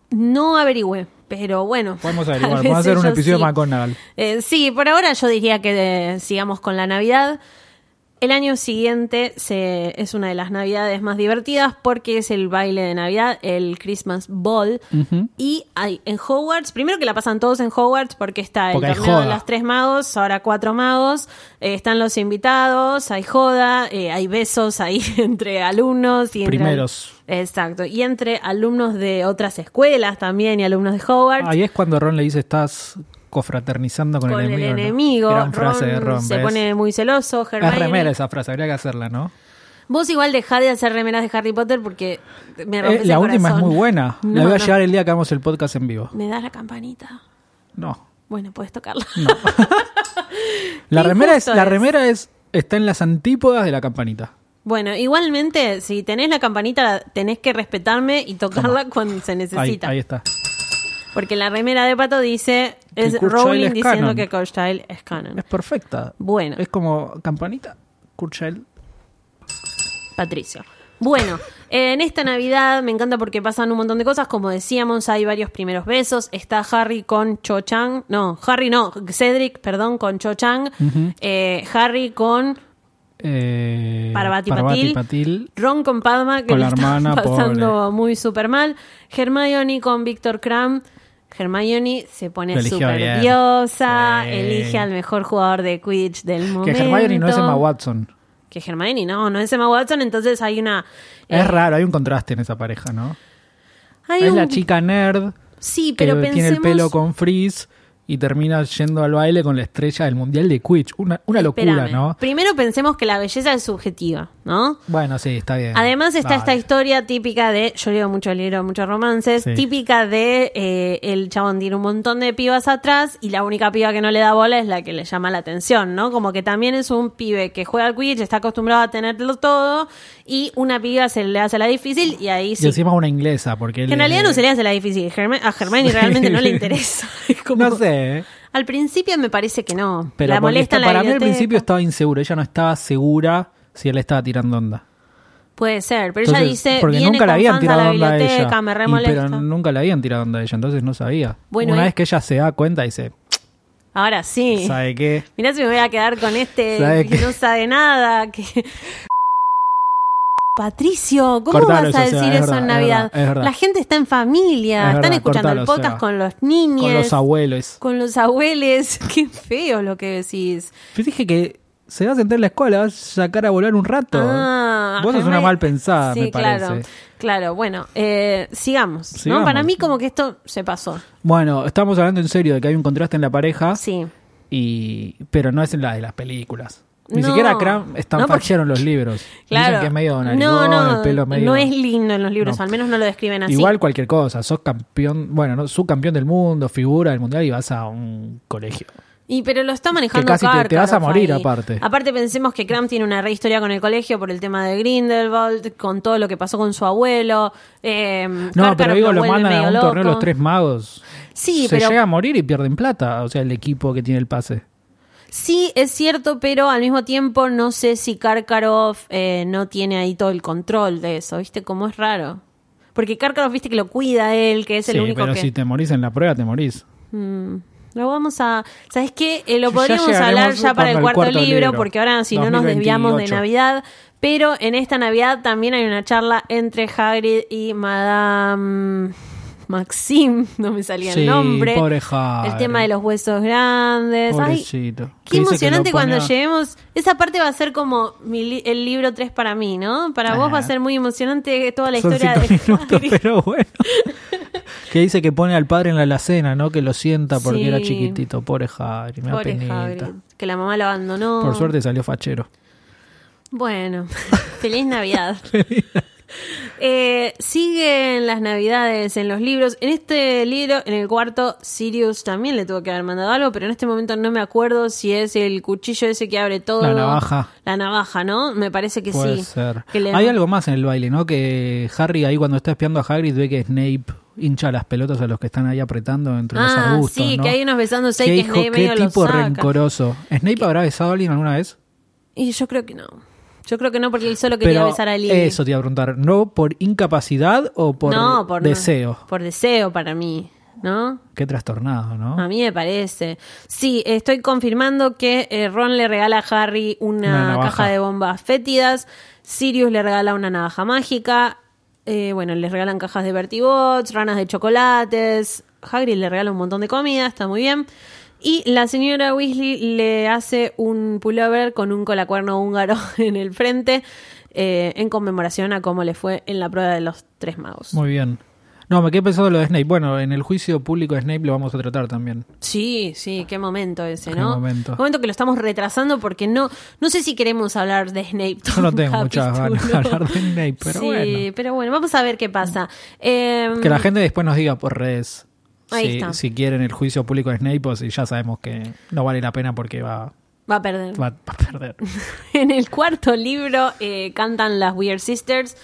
[SPEAKER 1] No averigüé, pero bueno.
[SPEAKER 2] Podemos
[SPEAKER 1] tal vez
[SPEAKER 2] averiguar, podemos hacer un
[SPEAKER 1] ellos
[SPEAKER 2] episodio
[SPEAKER 1] sí.
[SPEAKER 2] de McGonagall.
[SPEAKER 1] Eh, sí, por ahora yo diría que eh, sigamos con la Navidad. El año siguiente se, es una de las Navidades más divertidas porque es el baile de Navidad, el Christmas Ball.
[SPEAKER 2] Ujú.
[SPEAKER 1] Y hay en Hogwarts, primero que la pasan todos en Hogwarts porque está el
[SPEAKER 2] Porque hay
[SPEAKER 1] torneo de
[SPEAKER 2] joda.
[SPEAKER 1] los tres magos, ahora cuatro magos, eh, están los invitados, hay joda, eh, hay besos ahí entre alumnos y entre-
[SPEAKER 2] Primeros.
[SPEAKER 1] Exacto, y entre alumnos de otras escuelas también y alumnos de Hogwarts.
[SPEAKER 2] Ahí es cuando Ron le dice, estás cofraternizando con,
[SPEAKER 1] con
[SPEAKER 2] el enemigo. ¿no? Gran frase de Ron.
[SPEAKER 1] se
[SPEAKER 2] ¿ves?
[SPEAKER 1] pone muy celoso.
[SPEAKER 2] es remera
[SPEAKER 1] Hermione.
[SPEAKER 2] esa frase, habría que hacerla, ¿no?
[SPEAKER 1] Vos igual dejá de hacer remeras de Harry Potter porque me rompes
[SPEAKER 2] Eh, la
[SPEAKER 1] el
[SPEAKER 2] última es
[SPEAKER 1] corazón.
[SPEAKER 2] muy buena.
[SPEAKER 1] No,
[SPEAKER 2] la voy a
[SPEAKER 1] no.
[SPEAKER 2] llevar el día que hagamos el podcast en vivo.
[SPEAKER 1] ¿Me das la campanita?
[SPEAKER 2] No.
[SPEAKER 1] Bueno, puedes tocarla.
[SPEAKER 2] La
[SPEAKER 1] Qué
[SPEAKER 2] remera es,
[SPEAKER 1] injusto
[SPEAKER 2] la
[SPEAKER 1] es.
[SPEAKER 2] remera es está en las antípodas de la campanita.
[SPEAKER 1] Bueno, igualmente, si tenés la campanita, tenés que respetarme y tocarla cuando se
[SPEAKER 2] Ahí,
[SPEAKER 1] necesita.
[SPEAKER 2] ahí está.
[SPEAKER 1] Porque la remera de pato dice,
[SPEAKER 2] Que
[SPEAKER 1] es
[SPEAKER 2] Kurt
[SPEAKER 1] Rowling
[SPEAKER 2] Child es
[SPEAKER 1] diciendo
[SPEAKER 2] canon.
[SPEAKER 1] que Coachtail es canon.
[SPEAKER 2] Es perfecta.
[SPEAKER 1] Bueno.
[SPEAKER 2] Es como campanita, Kurchel.
[SPEAKER 1] Patricio. Bueno, eh, en esta Navidad me encanta porque pasan un montón de cosas. Como decíamos, hay varios primeros besos. Está Harry con Cho Chang. No, Harry no, Cedric, perdón, con Cho Chang. Eh, Harry con
[SPEAKER 2] Eh,
[SPEAKER 1] Parvati Patil.
[SPEAKER 2] Patil.
[SPEAKER 1] Ron con Padma, que
[SPEAKER 2] Con
[SPEAKER 1] la
[SPEAKER 2] la hermana,
[SPEAKER 1] está pasando muy súper mal. Hermione con Víctor Kram. Hermione se
[SPEAKER 2] Lo
[SPEAKER 1] pone
[SPEAKER 2] eligió
[SPEAKER 1] súper
[SPEAKER 2] bien.
[SPEAKER 1] diosa,
[SPEAKER 2] Sí.
[SPEAKER 1] elige al mejor jugador de Quidditch del
[SPEAKER 2] Que
[SPEAKER 1] momento.
[SPEAKER 2] Hermione no es Emma Watson.
[SPEAKER 1] Que Hermione no, no es Emma Watson, entonces hay una... eh,
[SPEAKER 2] Es raro, hay un contraste en esa pareja, ¿no?
[SPEAKER 1] hay
[SPEAKER 2] Es la
[SPEAKER 1] un-
[SPEAKER 2] chica nerd
[SPEAKER 1] Sí,
[SPEAKER 2] que
[SPEAKER 1] pero
[SPEAKER 2] tiene
[SPEAKER 1] pensemos...
[SPEAKER 2] el pelo con frizz y termina yendo al baile con la estrella del mundial de Quidditch. Una, una locura,
[SPEAKER 1] Espérame.
[SPEAKER 2] ¿no?
[SPEAKER 1] Primero pensemos que la belleza es subjetiva, ¿no?
[SPEAKER 2] Bueno, sí, está bien.
[SPEAKER 1] Además está esta
[SPEAKER 2] Vale.
[SPEAKER 1] historia típica de, yo leo mucho libro, muchos romances,
[SPEAKER 2] Sí.
[SPEAKER 1] típica de eh, el chabón tiene un montón de pibas atrás y la única piba que no le da bola es la que le llama la atención, ¿no? Como que también es un pibe que juega al Quidditch, está acostumbrado a tenerlo todo y una piba se le hace la difícil y ahí
[SPEAKER 2] Y
[SPEAKER 1] sí.
[SPEAKER 2] encima una inglesa, porque...
[SPEAKER 1] Que en
[SPEAKER 2] él-
[SPEAKER 1] realidad no se le hace la difícil, Germ- a Germán y realmente no le interesa. Es como-
[SPEAKER 2] No sé, ¿eh?
[SPEAKER 1] Al principio me parece que no.
[SPEAKER 2] Pero
[SPEAKER 1] la
[SPEAKER 2] porque
[SPEAKER 1] molesta
[SPEAKER 2] está-
[SPEAKER 1] en la
[SPEAKER 2] para mí al
[SPEAKER 1] biblioteca.
[SPEAKER 2] principio estaba insegura, ella no estaba segura si él le estaba tirando onda.
[SPEAKER 1] Puede ser, pero ella
[SPEAKER 2] Entonces,
[SPEAKER 1] dice,
[SPEAKER 2] porque
[SPEAKER 1] viene
[SPEAKER 2] nunca la
[SPEAKER 1] con
[SPEAKER 2] habían
[SPEAKER 1] Sansa a
[SPEAKER 2] tirado
[SPEAKER 1] la
[SPEAKER 2] onda a
[SPEAKER 1] biblioteca,
[SPEAKER 2] ella.
[SPEAKER 1] me re
[SPEAKER 2] Y,
[SPEAKER 1] molesta.
[SPEAKER 2] pero nunca la habían tirado onda a ella, entonces no sabía.
[SPEAKER 1] Bueno,
[SPEAKER 2] Una
[SPEAKER 1] eh.
[SPEAKER 2] vez que ella se da cuenta, dice,
[SPEAKER 1] Ahora sí.
[SPEAKER 2] ¿sabe qué?
[SPEAKER 1] Mirá si me voy a quedar con este
[SPEAKER 2] ¿Sabe
[SPEAKER 1] que
[SPEAKER 2] qué?
[SPEAKER 1] no sabe nada, que... Patricio, ¿cómo
[SPEAKER 2] Cortalo
[SPEAKER 1] vas a
[SPEAKER 2] eso, Seba,
[SPEAKER 1] decir
[SPEAKER 2] es
[SPEAKER 1] eso
[SPEAKER 2] verdad,
[SPEAKER 1] en
[SPEAKER 2] es
[SPEAKER 1] Navidad?
[SPEAKER 2] verdad, es verdad.
[SPEAKER 1] La gente está en familia,
[SPEAKER 2] Es
[SPEAKER 1] están
[SPEAKER 2] verdad,
[SPEAKER 1] escuchando el
[SPEAKER 2] cortalo,
[SPEAKER 1] podcast
[SPEAKER 2] Seba.
[SPEAKER 1] con los
[SPEAKER 2] Con
[SPEAKER 1] niños,
[SPEAKER 2] los abuelos.
[SPEAKER 1] con los abuelos. Qué feo lo que decís.
[SPEAKER 2] Yo dije que se va a sentar en la escuela, vas a sacar a volar un rato.
[SPEAKER 1] Ah,
[SPEAKER 2] ¿eh? Vos sos
[SPEAKER 1] Jaime-
[SPEAKER 2] una mal pensada,
[SPEAKER 1] sí,
[SPEAKER 2] me parece.
[SPEAKER 1] Claro, claro. bueno, eh, sigamos. ¿no?
[SPEAKER 2] Sigamos.
[SPEAKER 1] Para mí como que esto se pasó.
[SPEAKER 2] Bueno, estamos hablando en serio de que hay un contraste en la pareja,
[SPEAKER 1] Sí.
[SPEAKER 2] y pero no es en la de las películas. Ni
[SPEAKER 1] No.
[SPEAKER 2] siquiera Cram están
[SPEAKER 1] No, porque-
[SPEAKER 2] fachearon los libros.
[SPEAKER 1] Claro.
[SPEAKER 2] Dicen que es medio
[SPEAKER 1] no,
[SPEAKER 2] narigón,
[SPEAKER 1] no,
[SPEAKER 2] el pelo medio...
[SPEAKER 1] no es lindo en los libros,
[SPEAKER 2] No.
[SPEAKER 1] al menos no lo describen así.
[SPEAKER 2] Igual cualquier cosa, sos campeón, bueno, no, subcampeón del mundo, figura del mundial y vas a un colegio.
[SPEAKER 1] Y pero lo está manejando
[SPEAKER 2] Que casi te- te vas a
[SPEAKER 1] Karkaroff
[SPEAKER 2] morir,
[SPEAKER 1] ahí.
[SPEAKER 2] aparte.
[SPEAKER 1] Aparte pensemos que Cram tiene una re historia con el colegio por el tema de Grindelwald, con todo lo que pasó con su abuelo. eh,
[SPEAKER 2] No,
[SPEAKER 1] Karkaroff
[SPEAKER 2] pero digo, lo
[SPEAKER 1] vuelve
[SPEAKER 2] mandan a
[SPEAKER 1] medio
[SPEAKER 2] un torneo
[SPEAKER 1] loco.
[SPEAKER 2] los tres magos.
[SPEAKER 1] Sí,
[SPEAKER 2] Se
[SPEAKER 1] pero
[SPEAKER 2] llega a morir y pierden plata, o sea, el equipo que tiene el pase.
[SPEAKER 1] sí es cierto, pero al mismo tiempo no sé si Karkaroff eh, no tiene ahí todo el control de eso, ¿viste? Como es raro. Porque Karkaroff, viste que lo cuida él, que es el
[SPEAKER 2] sí,
[SPEAKER 1] único
[SPEAKER 2] pero
[SPEAKER 1] que...
[SPEAKER 2] si te morís en la prueba, te morís.
[SPEAKER 1] Mm, Lo vamos a. ¿Sabes qué? Eh, lo
[SPEAKER 2] Ya
[SPEAKER 1] podríamos
[SPEAKER 2] llegaremos
[SPEAKER 1] hablar ya para
[SPEAKER 2] cuando
[SPEAKER 1] el
[SPEAKER 2] el
[SPEAKER 1] cuarto,
[SPEAKER 2] cuarto
[SPEAKER 1] libro,
[SPEAKER 2] libro,
[SPEAKER 1] porque ahora si no nos
[SPEAKER 2] 2028.
[SPEAKER 1] desviamos de Navidad. Pero en esta Navidad también hay una charla entre Hagrid y Madame Maxim, no me salía
[SPEAKER 2] Sí,
[SPEAKER 1] el nombre.
[SPEAKER 2] pobre Hagrid.
[SPEAKER 1] El tema de los huesos grandes. Ay,
[SPEAKER 2] Pobrecito.
[SPEAKER 1] qué
[SPEAKER 2] Que dice que
[SPEAKER 1] emocionante
[SPEAKER 2] lo pone
[SPEAKER 1] cuando
[SPEAKER 2] a-
[SPEAKER 1] lleguemos. Esa parte va a ser como mi li- el libro 3 para mí, ¿no? Para vos
[SPEAKER 2] Ah.
[SPEAKER 1] va a ser muy emocionante toda la
[SPEAKER 2] Son
[SPEAKER 1] historia
[SPEAKER 2] cinco
[SPEAKER 1] de
[SPEAKER 2] minutos,
[SPEAKER 1] Hagrid.
[SPEAKER 2] pero bueno. que dice que pone al padre en la alacena, ¿no? Que lo sienta porque
[SPEAKER 1] Sí.
[SPEAKER 2] era chiquitito. Pobre Harry, me da
[SPEAKER 1] Pobre
[SPEAKER 2] penita.
[SPEAKER 1] Hagrid, que la mamá lo abandonó.
[SPEAKER 2] Por suerte salió fachero.
[SPEAKER 1] Bueno, feliz Navidad. Eh, siguen las Navidades en los libros. En este libro, en el cuarto, Sirius también le tuvo que haber mandado algo, pero en este momento no me acuerdo si es el cuchillo ese que abre todo.
[SPEAKER 2] La navaja.
[SPEAKER 1] La navaja, ¿no? Me parece que
[SPEAKER 2] Puede
[SPEAKER 1] sí.
[SPEAKER 2] ser.
[SPEAKER 1] Que le-
[SPEAKER 2] Hay algo más en el baile, ¿no? Que Harry ahí cuando está espiando a Hagrid ve que Snape hincha las pelotas a los que están ahí apretando entre los
[SPEAKER 1] Ah,
[SPEAKER 2] arbustos.
[SPEAKER 1] sí,
[SPEAKER 2] ¿no?
[SPEAKER 1] que hay unos besándose y
[SPEAKER 2] Qué
[SPEAKER 1] que
[SPEAKER 2] hijo,
[SPEAKER 1] Snape
[SPEAKER 2] qué
[SPEAKER 1] medio los
[SPEAKER 2] tipo
[SPEAKER 1] saca.
[SPEAKER 2] rencoroso. ¿Snape habrá besado a alguien alguna vez?
[SPEAKER 1] Y yo creo que no. Yo creo que no, porque él solo quería
[SPEAKER 2] Pero
[SPEAKER 1] besar a Lily.
[SPEAKER 2] Eso te iba a preguntar. ¿No por incapacidad o por,
[SPEAKER 1] no, por
[SPEAKER 2] deseo?
[SPEAKER 1] Por deseo para mí, ¿no?
[SPEAKER 2] Qué trastornado, ¿no?
[SPEAKER 1] A mí me parece. Sí, estoy confirmando que eh, Ron le regala a Harry
[SPEAKER 2] Una
[SPEAKER 1] una,
[SPEAKER 2] navaja.
[SPEAKER 1] caja de bombas fétidas, Sirius le regala una navaja mágica, eh, bueno, les regalan cajas de Bertibots, ranas de chocolates, Hagrid le regala un montón de comida, está muy bien. Y la señora Weasley le hace un pullover con un colacuerno húngaro en el frente eh, en conmemoración a cómo le fue en la prueba de los tres magos.
[SPEAKER 2] Muy bien. No, me quedé pensando lo de Snape. Bueno, en el juicio público de Snape lo vamos a tratar también.
[SPEAKER 1] Sí, sí, qué momento ese,
[SPEAKER 2] Qué
[SPEAKER 1] ¿no?
[SPEAKER 2] momento.
[SPEAKER 1] que lo estamos retrasando porque no, no sé si queremos hablar de Snape. todo
[SPEAKER 2] Yo no
[SPEAKER 1] un
[SPEAKER 2] tengo muchas ganas de
[SPEAKER 1] capítulo.
[SPEAKER 2] hablar de Snape, pero
[SPEAKER 1] sí,
[SPEAKER 2] bueno.
[SPEAKER 1] pero bueno, vamos a ver qué pasa. Eh,
[SPEAKER 2] Que la gente después nos diga por redes
[SPEAKER 1] Ahí
[SPEAKER 2] si,
[SPEAKER 1] está.
[SPEAKER 2] si quieren el juicio público de Snape o si ya sabemos que no vale la pena porque va,
[SPEAKER 1] va a perder.
[SPEAKER 2] va- va a perder.
[SPEAKER 1] En el cuarto libro eh, cantan las Weird Sisters.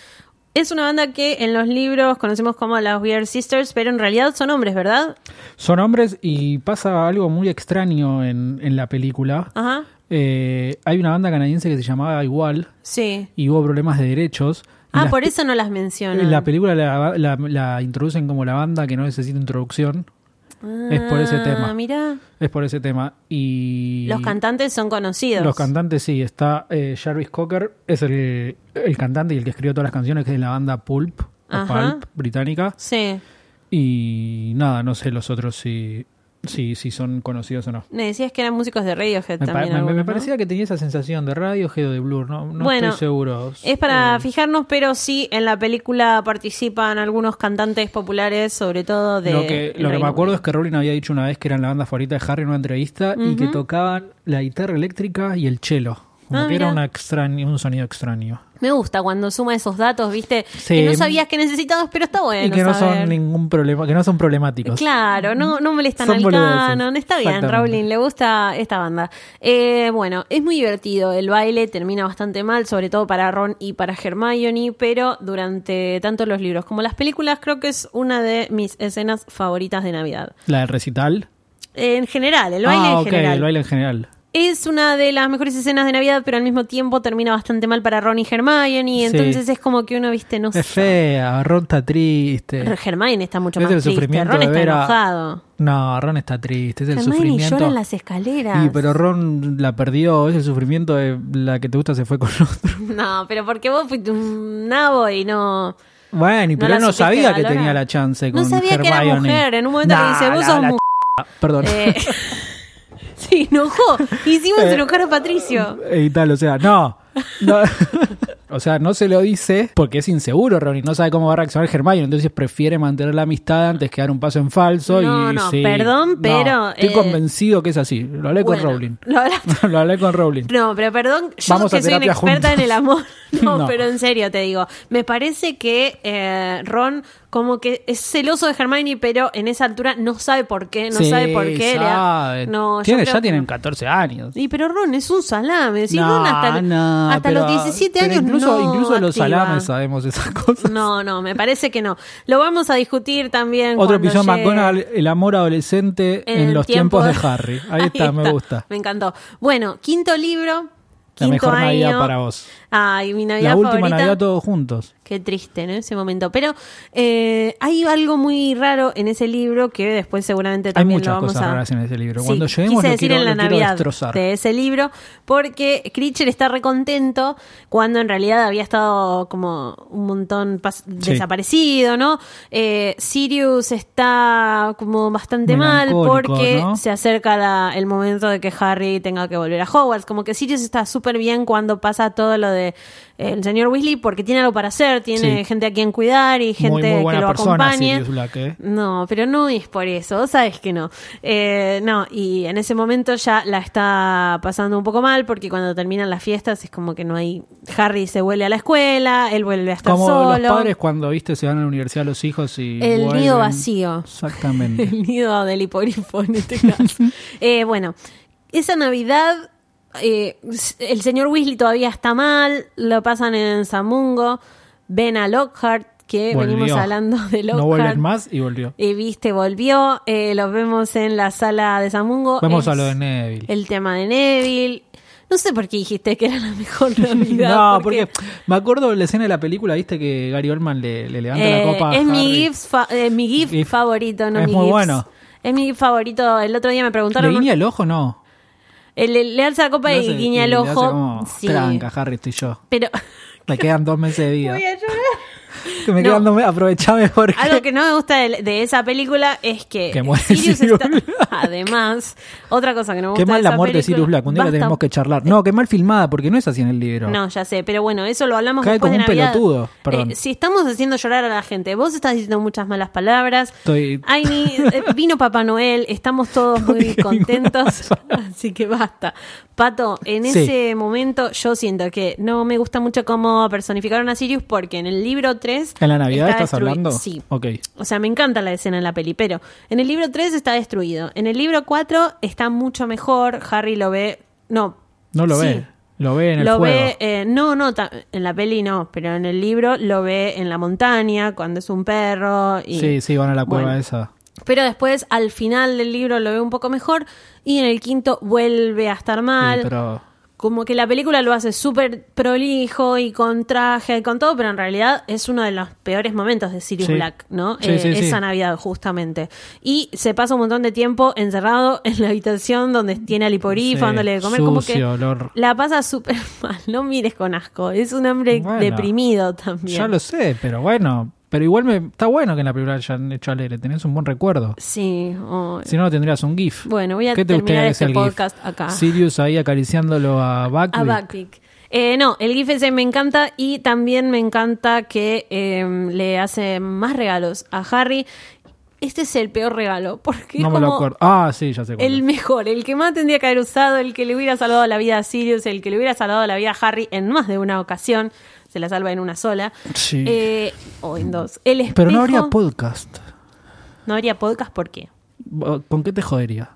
[SPEAKER 1] Es una banda que en los libros conocemos como las Weird Sisters, pero en realidad son hombres, ¿verdad?
[SPEAKER 2] Son hombres y pasa algo muy extraño en, en la película.
[SPEAKER 1] Ajá.
[SPEAKER 2] Eh, hay una banda canadiense que se llamaba Igual
[SPEAKER 1] Sí.
[SPEAKER 2] y hubo problemas de derechos. Y
[SPEAKER 1] Ah,
[SPEAKER 2] las-
[SPEAKER 1] por eso no las
[SPEAKER 2] En
[SPEAKER 1] mencionan.
[SPEAKER 2] la película la, la- la introducen como la banda que no necesita introducción.
[SPEAKER 1] Ah,
[SPEAKER 2] es por ese tema.
[SPEAKER 1] Mirá.
[SPEAKER 2] Es por ese tema. Y
[SPEAKER 1] Los cantantes son conocidos.
[SPEAKER 2] Los cantantes, sí. Está eh, Jarvis Cocker, es el, el cantante y el que escribió todas las canciones, que es de la banda Pulp, o
[SPEAKER 1] Ajá.
[SPEAKER 2] Pulp británica.
[SPEAKER 1] Sí.
[SPEAKER 2] Y nada, no sé los otros si, si, si son conocidos o no.
[SPEAKER 1] Me decías que eran músicos de Radiohead
[SPEAKER 2] Me, pa-
[SPEAKER 1] también.
[SPEAKER 2] me- me
[SPEAKER 1] algunos, ¿no?
[SPEAKER 2] parecía que tenía esa sensación de radio o de Blur, no, no
[SPEAKER 1] Bueno,
[SPEAKER 2] estoy seguro.
[SPEAKER 1] Es para
[SPEAKER 2] Eh,
[SPEAKER 1] fijarnos, pero sí, en la película participan algunos cantantes populares, sobre todo de.
[SPEAKER 2] Eh, lo que, lo que me
[SPEAKER 1] Reino
[SPEAKER 2] acuerdo
[SPEAKER 1] Unido.
[SPEAKER 2] es que Rowling había dicho una vez que eran la banda favorita de Harry en una entrevista y que tocaban la guitarra eléctrica y el cello. Como
[SPEAKER 1] Ah,
[SPEAKER 2] que era
[SPEAKER 1] mira.
[SPEAKER 2] una extraña- un sonido extraño.
[SPEAKER 1] Me gusta cuando suma esos datos, ¿viste?
[SPEAKER 2] Sí.
[SPEAKER 1] Que no sabías que necesitabas, pero está bueno.
[SPEAKER 2] y que no
[SPEAKER 1] saber.
[SPEAKER 2] son ningún problema, que no son problemáticos.
[SPEAKER 1] Claro, no, no molestan
[SPEAKER 2] Son
[SPEAKER 1] al
[SPEAKER 2] boludeces.
[SPEAKER 1] canon. Está bien,
[SPEAKER 2] Exactamente.
[SPEAKER 1] Rowling, le gusta esta banda. Eh, bueno, es muy divertido. El baile termina bastante mal, sobre todo para Ron y para Hermione, pero durante tanto los libros como las películas, creo que es una de mis escenas favoritas de Navidad.
[SPEAKER 2] La del recital.
[SPEAKER 1] En general, el baile
[SPEAKER 2] ah,
[SPEAKER 1] en
[SPEAKER 2] ok,
[SPEAKER 1] general.
[SPEAKER 2] el baile en general.
[SPEAKER 1] Es una de las mejores escenas de Navidad, pero al mismo tiempo termina bastante mal para Ron y Hermione.
[SPEAKER 2] Sí.
[SPEAKER 1] Entonces es como que uno, viste, no sé.
[SPEAKER 2] Es fea, Ron está triste.
[SPEAKER 1] Pero Hermione está mucho
[SPEAKER 2] Es
[SPEAKER 1] más
[SPEAKER 2] el
[SPEAKER 1] triste.
[SPEAKER 2] sufrimiento
[SPEAKER 1] Ron
[SPEAKER 2] de
[SPEAKER 1] está
[SPEAKER 2] ver a-
[SPEAKER 1] enojado.
[SPEAKER 2] No, Ron está triste, es el
[SPEAKER 1] Hermione
[SPEAKER 2] sufrimiento.
[SPEAKER 1] llora en las escaleras.
[SPEAKER 2] Y, pero Ron la perdió, es el sufrimiento de la que te gusta se fue con otro.
[SPEAKER 1] No, pero porque vos fuiste un nabo y no.
[SPEAKER 2] Bueno, y
[SPEAKER 1] No
[SPEAKER 2] pero
[SPEAKER 1] la
[SPEAKER 2] él no
[SPEAKER 1] supiste
[SPEAKER 2] sabía que
[SPEAKER 1] valorar.
[SPEAKER 2] tenía la chance
[SPEAKER 1] No
[SPEAKER 2] con
[SPEAKER 1] sabía que era
[SPEAKER 2] Hermione.
[SPEAKER 1] mujer. En un momento le
[SPEAKER 2] Nah,
[SPEAKER 1] dice, vos
[SPEAKER 2] la-
[SPEAKER 1] sos Eh,
[SPEAKER 2] la
[SPEAKER 1] mujer.
[SPEAKER 2] Perdón.
[SPEAKER 1] Se enojó. Hicimos
[SPEAKER 2] Eh,
[SPEAKER 1] enojar a Patricio.
[SPEAKER 2] y tal, o sea, no. no. o sea, no se lo dice porque es inseguro, Ronnie. No sabe cómo va a reaccionar Hermione. Entonces prefiere mantener la amistad antes que dar un paso en falso.
[SPEAKER 1] No,
[SPEAKER 2] y,
[SPEAKER 1] no,
[SPEAKER 2] sí.
[SPEAKER 1] perdón, pero,
[SPEAKER 2] Estoy
[SPEAKER 1] eh,
[SPEAKER 2] convencido que es así. Lo hablé
[SPEAKER 1] Bueno,
[SPEAKER 2] con Rowling.
[SPEAKER 1] lo hablaste.
[SPEAKER 2] lo hablé con Rowling.
[SPEAKER 1] No, pero perdón, yo
[SPEAKER 2] Vamos
[SPEAKER 1] que
[SPEAKER 2] a
[SPEAKER 1] soy una
[SPEAKER 2] terapia
[SPEAKER 1] experta
[SPEAKER 2] juntos.
[SPEAKER 1] en el amor. No,
[SPEAKER 2] No.
[SPEAKER 1] pero en serio te digo. Me parece que eh, Ron, como que es celoso de Hermione, pero en esa altura no sabe por qué. No
[SPEAKER 2] Sí,
[SPEAKER 1] sabe por qué. le ha-
[SPEAKER 2] sabe.
[SPEAKER 1] No, yo
[SPEAKER 2] Tiene-
[SPEAKER 1] creo
[SPEAKER 2] ya
[SPEAKER 1] que
[SPEAKER 2] tienen
[SPEAKER 1] no.
[SPEAKER 2] 14 años.
[SPEAKER 1] Y pero Ron es un salame. Si
[SPEAKER 2] No,
[SPEAKER 1] Ron hasta,
[SPEAKER 2] no,
[SPEAKER 1] hasta
[SPEAKER 2] pero-
[SPEAKER 1] los 17
[SPEAKER 2] pero
[SPEAKER 1] años
[SPEAKER 2] incluso,
[SPEAKER 1] no
[SPEAKER 2] Incluso los
[SPEAKER 1] activa.
[SPEAKER 2] salames sabemos esas cosas.
[SPEAKER 1] No, no, me parece que no. Lo vamos a discutir también. Mm,
[SPEAKER 2] Otro
[SPEAKER 1] cuando
[SPEAKER 2] episodio
[SPEAKER 1] llegue
[SPEAKER 2] McGonagall, el amor adolescente en,
[SPEAKER 1] el
[SPEAKER 2] los
[SPEAKER 1] tiempo-
[SPEAKER 2] tiempos de Harry. Ahí está, me gusta.
[SPEAKER 1] Me encantó. Bueno, quinto libro.
[SPEAKER 2] La
[SPEAKER 1] quinto
[SPEAKER 2] mejor Navidad
[SPEAKER 1] año.
[SPEAKER 2] para vos.
[SPEAKER 1] Ay, mi Navidad
[SPEAKER 2] La última
[SPEAKER 1] favorita.
[SPEAKER 2] Navidad todos juntos.
[SPEAKER 1] Qué triste, ¿no? Ese momento. Pero eh, hay algo muy raro en ese libro que después seguramente
[SPEAKER 2] Hay
[SPEAKER 1] también lo
[SPEAKER 2] muchas
[SPEAKER 1] vamos
[SPEAKER 2] cosas
[SPEAKER 1] a...
[SPEAKER 2] raras en ese libro.
[SPEAKER 1] Sí,
[SPEAKER 2] Cuando lleguemos
[SPEAKER 1] quise
[SPEAKER 2] lo
[SPEAKER 1] decir
[SPEAKER 2] quiero,
[SPEAKER 1] en la
[SPEAKER 2] lo quiero
[SPEAKER 1] Navidad
[SPEAKER 2] destrozar.
[SPEAKER 1] de ese libro, porque Critcher está recontento cuando en realidad había estado como un montón pas- desaparecido, ¿no? Eh, Sirius está como bastante mal
[SPEAKER 2] Melancólico,
[SPEAKER 1] porque
[SPEAKER 2] ¿no?
[SPEAKER 1] se acerca la- el momento de que Harry tenga que volver a Hogwarts. Como que Sirius está súper bien cuando pasa todo lo de eh, el señor Weasley porque tiene algo para hacer, tiene
[SPEAKER 2] Sí.
[SPEAKER 1] gente a quien cuidar y gente
[SPEAKER 2] muy, muy
[SPEAKER 1] que
[SPEAKER 2] buena
[SPEAKER 1] lo
[SPEAKER 2] persona,
[SPEAKER 1] acompañe.
[SPEAKER 2] Sirius Black. ¿eh?
[SPEAKER 1] No, pero no es por eso, vos sabes que no. Eh, no, y en ese momento ya la está pasando un poco mal porque cuando terminan las fiestas es como que no hay... Harry se vuelve a la escuela, él vuelve a estar
[SPEAKER 2] Como
[SPEAKER 1] solo.
[SPEAKER 2] los padres cuando viste se van a la universidad los hijos y
[SPEAKER 1] El nido
[SPEAKER 2] vuelven.
[SPEAKER 1] vacío.
[SPEAKER 2] Exactamente.
[SPEAKER 1] El nido del hipogrifo en este caso. Eh, bueno, esa Navidad, eh, el señor Weasley todavía está mal, lo pasan en Zamungo, ven a Lockhart, que
[SPEAKER 2] Volvió.
[SPEAKER 1] venimos hablando de Lockhart.
[SPEAKER 2] No vuelven más y volvió.
[SPEAKER 1] Y viste, volvió. eh, los vemos en la sala de Zamungo.
[SPEAKER 2] Vamos
[SPEAKER 1] Es
[SPEAKER 2] a lo de Neville.
[SPEAKER 1] El tema de Neville. No sé por qué dijiste que era la mejor Navidad.
[SPEAKER 2] No, porque me acuerdo de la escena de la película, viste que Gary Oldman le, le levanta
[SPEAKER 1] eh,
[SPEAKER 2] la copa. a
[SPEAKER 1] es mi
[SPEAKER 2] Harry.
[SPEAKER 1] GIF, fa- eh, mi GIF
[SPEAKER 2] GIF.
[SPEAKER 1] favorito, no
[SPEAKER 2] Es
[SPEAKER 1] mi
[SPEAKER 2] muy
[SPEAKER 1] GIFs.
[SPEAKER 2] bueno.
[SPEAKER 1] Es mi GIF favorito. El otro día me
[SPEAKER 2] ¿Le
[SPEAKER 1] preguntaron.
[SPEAKER 2] guiña el ojo no?
[SPEAKER 1] eh, le, le alza la copa
[SPEAKER 2] Le
[SPEAKER 1] y
[SPEAKER 2] hace-
[SPEAKER 1] guiña el
[SPEAKER 2] le hace
[SPEAKER 1] ojo.
[SPEAKER 2] como,
[SPEAKER 1] Sí.
[SPEAKER 2] Tranca, Harry, estoy yo.
[SPEAKER 1] Pero
[SPEAKER 2] Le quedan dos meses de vida.
[SPEAKER 1] voy a llorar.
[SPEAKER 2] Que me quedan
[SPEAKER 1] No.
[SPEAKER 2] dos meses. Aprovechame porque.
[SPEAKER 1] Algo que no me gusta de, de esa película es que,
[SPEAKER 2] Que muere
[SPEAKER 1] Sirius
[SPEAKER 2] Sirius
[SPEAKER 1] está.
[SPEAKER 2] Black.
[SPEAKER 1] Además, otra cosa que no me gusta.
[SPEAKER 2] Qué mal
[SPEAKER 1] de
[SPEAKER 2] la
[SPEAKER 1] esa
[SPEAKER 2] muerte de Sirius
[SPEAKER 1] película-
[SPEAKER 2] Black, un día la
[SPEAKER 1] Basta.
[SPEAKER 2] tenemos que charlar. No, qué mal filmada, porque no es así en el libro.
[SPEAKER 1] No, ya sé, pero bueno, eso lo hablamos
[SPEAKER 2] Cae
[SPEAKER 1] después
[SPEAKER 2] como
[SPEAKER 1] de
[SPEAKER 2] un
[SPEAKER 1] Navidad.
[SPEAKER 2] pelotudo, perdón.
[SPEAKER 1] Eh, si estamos haciendo llorar a la gente, vos estás diciendo muchas malas palabras.
[SPEAKER 2] Estoy-
[SPEAKER 1] Ay, ni- eh, vino Papá Noel, estamos todos muy
[SPEAKER 2] dije ninguna
[SPEAKER 1] contentos, así que basta. Pato, en
[SPEAKER 2] Sí.
[SPEAKER 1] ese momento yo siento que no me gusta mucho cómo personificaron a Sirius porque en el libro 3
[SPEAKER 2] ¿En la Navidad
[SPEAKER 1] está
[SPEAKER 2] estás
[SPEAKER 1] destrui-
[SPEAKER 2] hablando?
[SPEAKER 1] Sí.
[SPEAKER 2] Ok.
[SPEAKER 1] O sea, me encanta la escena en la peli, pero en el libro 3 está destruido. En el libro 4 está mucho mejor. Harry lo ve. No.
[SPEAKER 2] No lo
[SPEAKER 1] sí.
[SPEAKER 2] ve. Lo ve en el
[SPEAKER 1] Lo
[SPEAKER 2] juego.
[SPEAKER 1] ve. eh, no, no, ta- en la peli no, pero en el libro lo ve en la montaña cuando es un perro. Y,
[SPEAKER 2] Sí, sí, van a la cueva
[SPEAKER 1] Bueno.
[SPEAKER 2] esa.
[SPEAKER 1] Pero después, al final del libro, lo ve un poco mejor. Y en el quinto vuelve a estar mal.
[SPEAKER 2] Sí, pero.
[SPEAKER 1] Como que la película lo hace súper prolijo y con traje y con todo, pero en realidad es uno de los peores momentos de Sirius
[SPEAKER 2] Sí.
[SPEAKER 1] Black, ¿no? Eh,
[SPEAKER 2] Sí, sí, sí.
[SPEAKER 1] esa Navidad, justamente. Y se pasa un montón de tiempo encerrado en la habitación donde tiene al hiporifo,
[SPEAKER 2] Sí,
[SPEAKER 1] dándole de comer,
[SPEAKER 2] sucio,
[SPEAKER 1] como que
[SPEAKER 2] olor.
[SPEAKER 1] la pasa súper mal. No mires con asco, es un hombre
[SPEAKER 2] Bueno.
[SPEAKER 1] deprimido también.
[SPEAKER 2] Ya lo sé, pero bueno. Pero igual me... está bueno que en la película hayan hecho alegre. Tenés un buen recuerdo.
[SPEAKER 1] Sí, oh.
[SPEAKER 2] Si no, no tendrías un GIF.
[SPEAKER 1] Bueno, voy a
[SPEAKER 2] ¿Qué te
[SPEAKER 1] terminar
[SPEAKER 2] gustaría que
[SPEAKER 1] este
[SPEAKER 2] sea el GIF?
[SPEAKER 1] podcast acá.
[SPEAKER 2] Sirius ahí acariciándolo a Buckley.
[SPEAKER 1] A Ah, Backpick. Eh, no, el GIF ese me encanta y también me encanta que eh, le hace más regalos a Harry. Este es el peor regalo, porque es
[SPEAKER 2] No me lo
[SPEAKER 1] como
[SPEAKER 2] acuerdo. Ah, sí, ya sé cuál.
[SPEAKER 1] el
[SPEAKER 2] es.
[SPEAKER 1] mejor, el que más tendría que haber usado, el que le hubiera salvado la vida a Sirius, el que le hubiera salvado la vida a Harry en más de una ocasión. Se la salva en una sola.
[SPEAKER 2] Sí.
[SPEAKER 1] Eh, o en dos. El
[SPEAKER 2] Pero no habría
[SPEAKER 1] espejo-
[SPEAKER 2] podcast.
[SPEAKER 1] No habría podcast, ¿por qué?
[SPEAKER 2] ¿Con qué te jodería?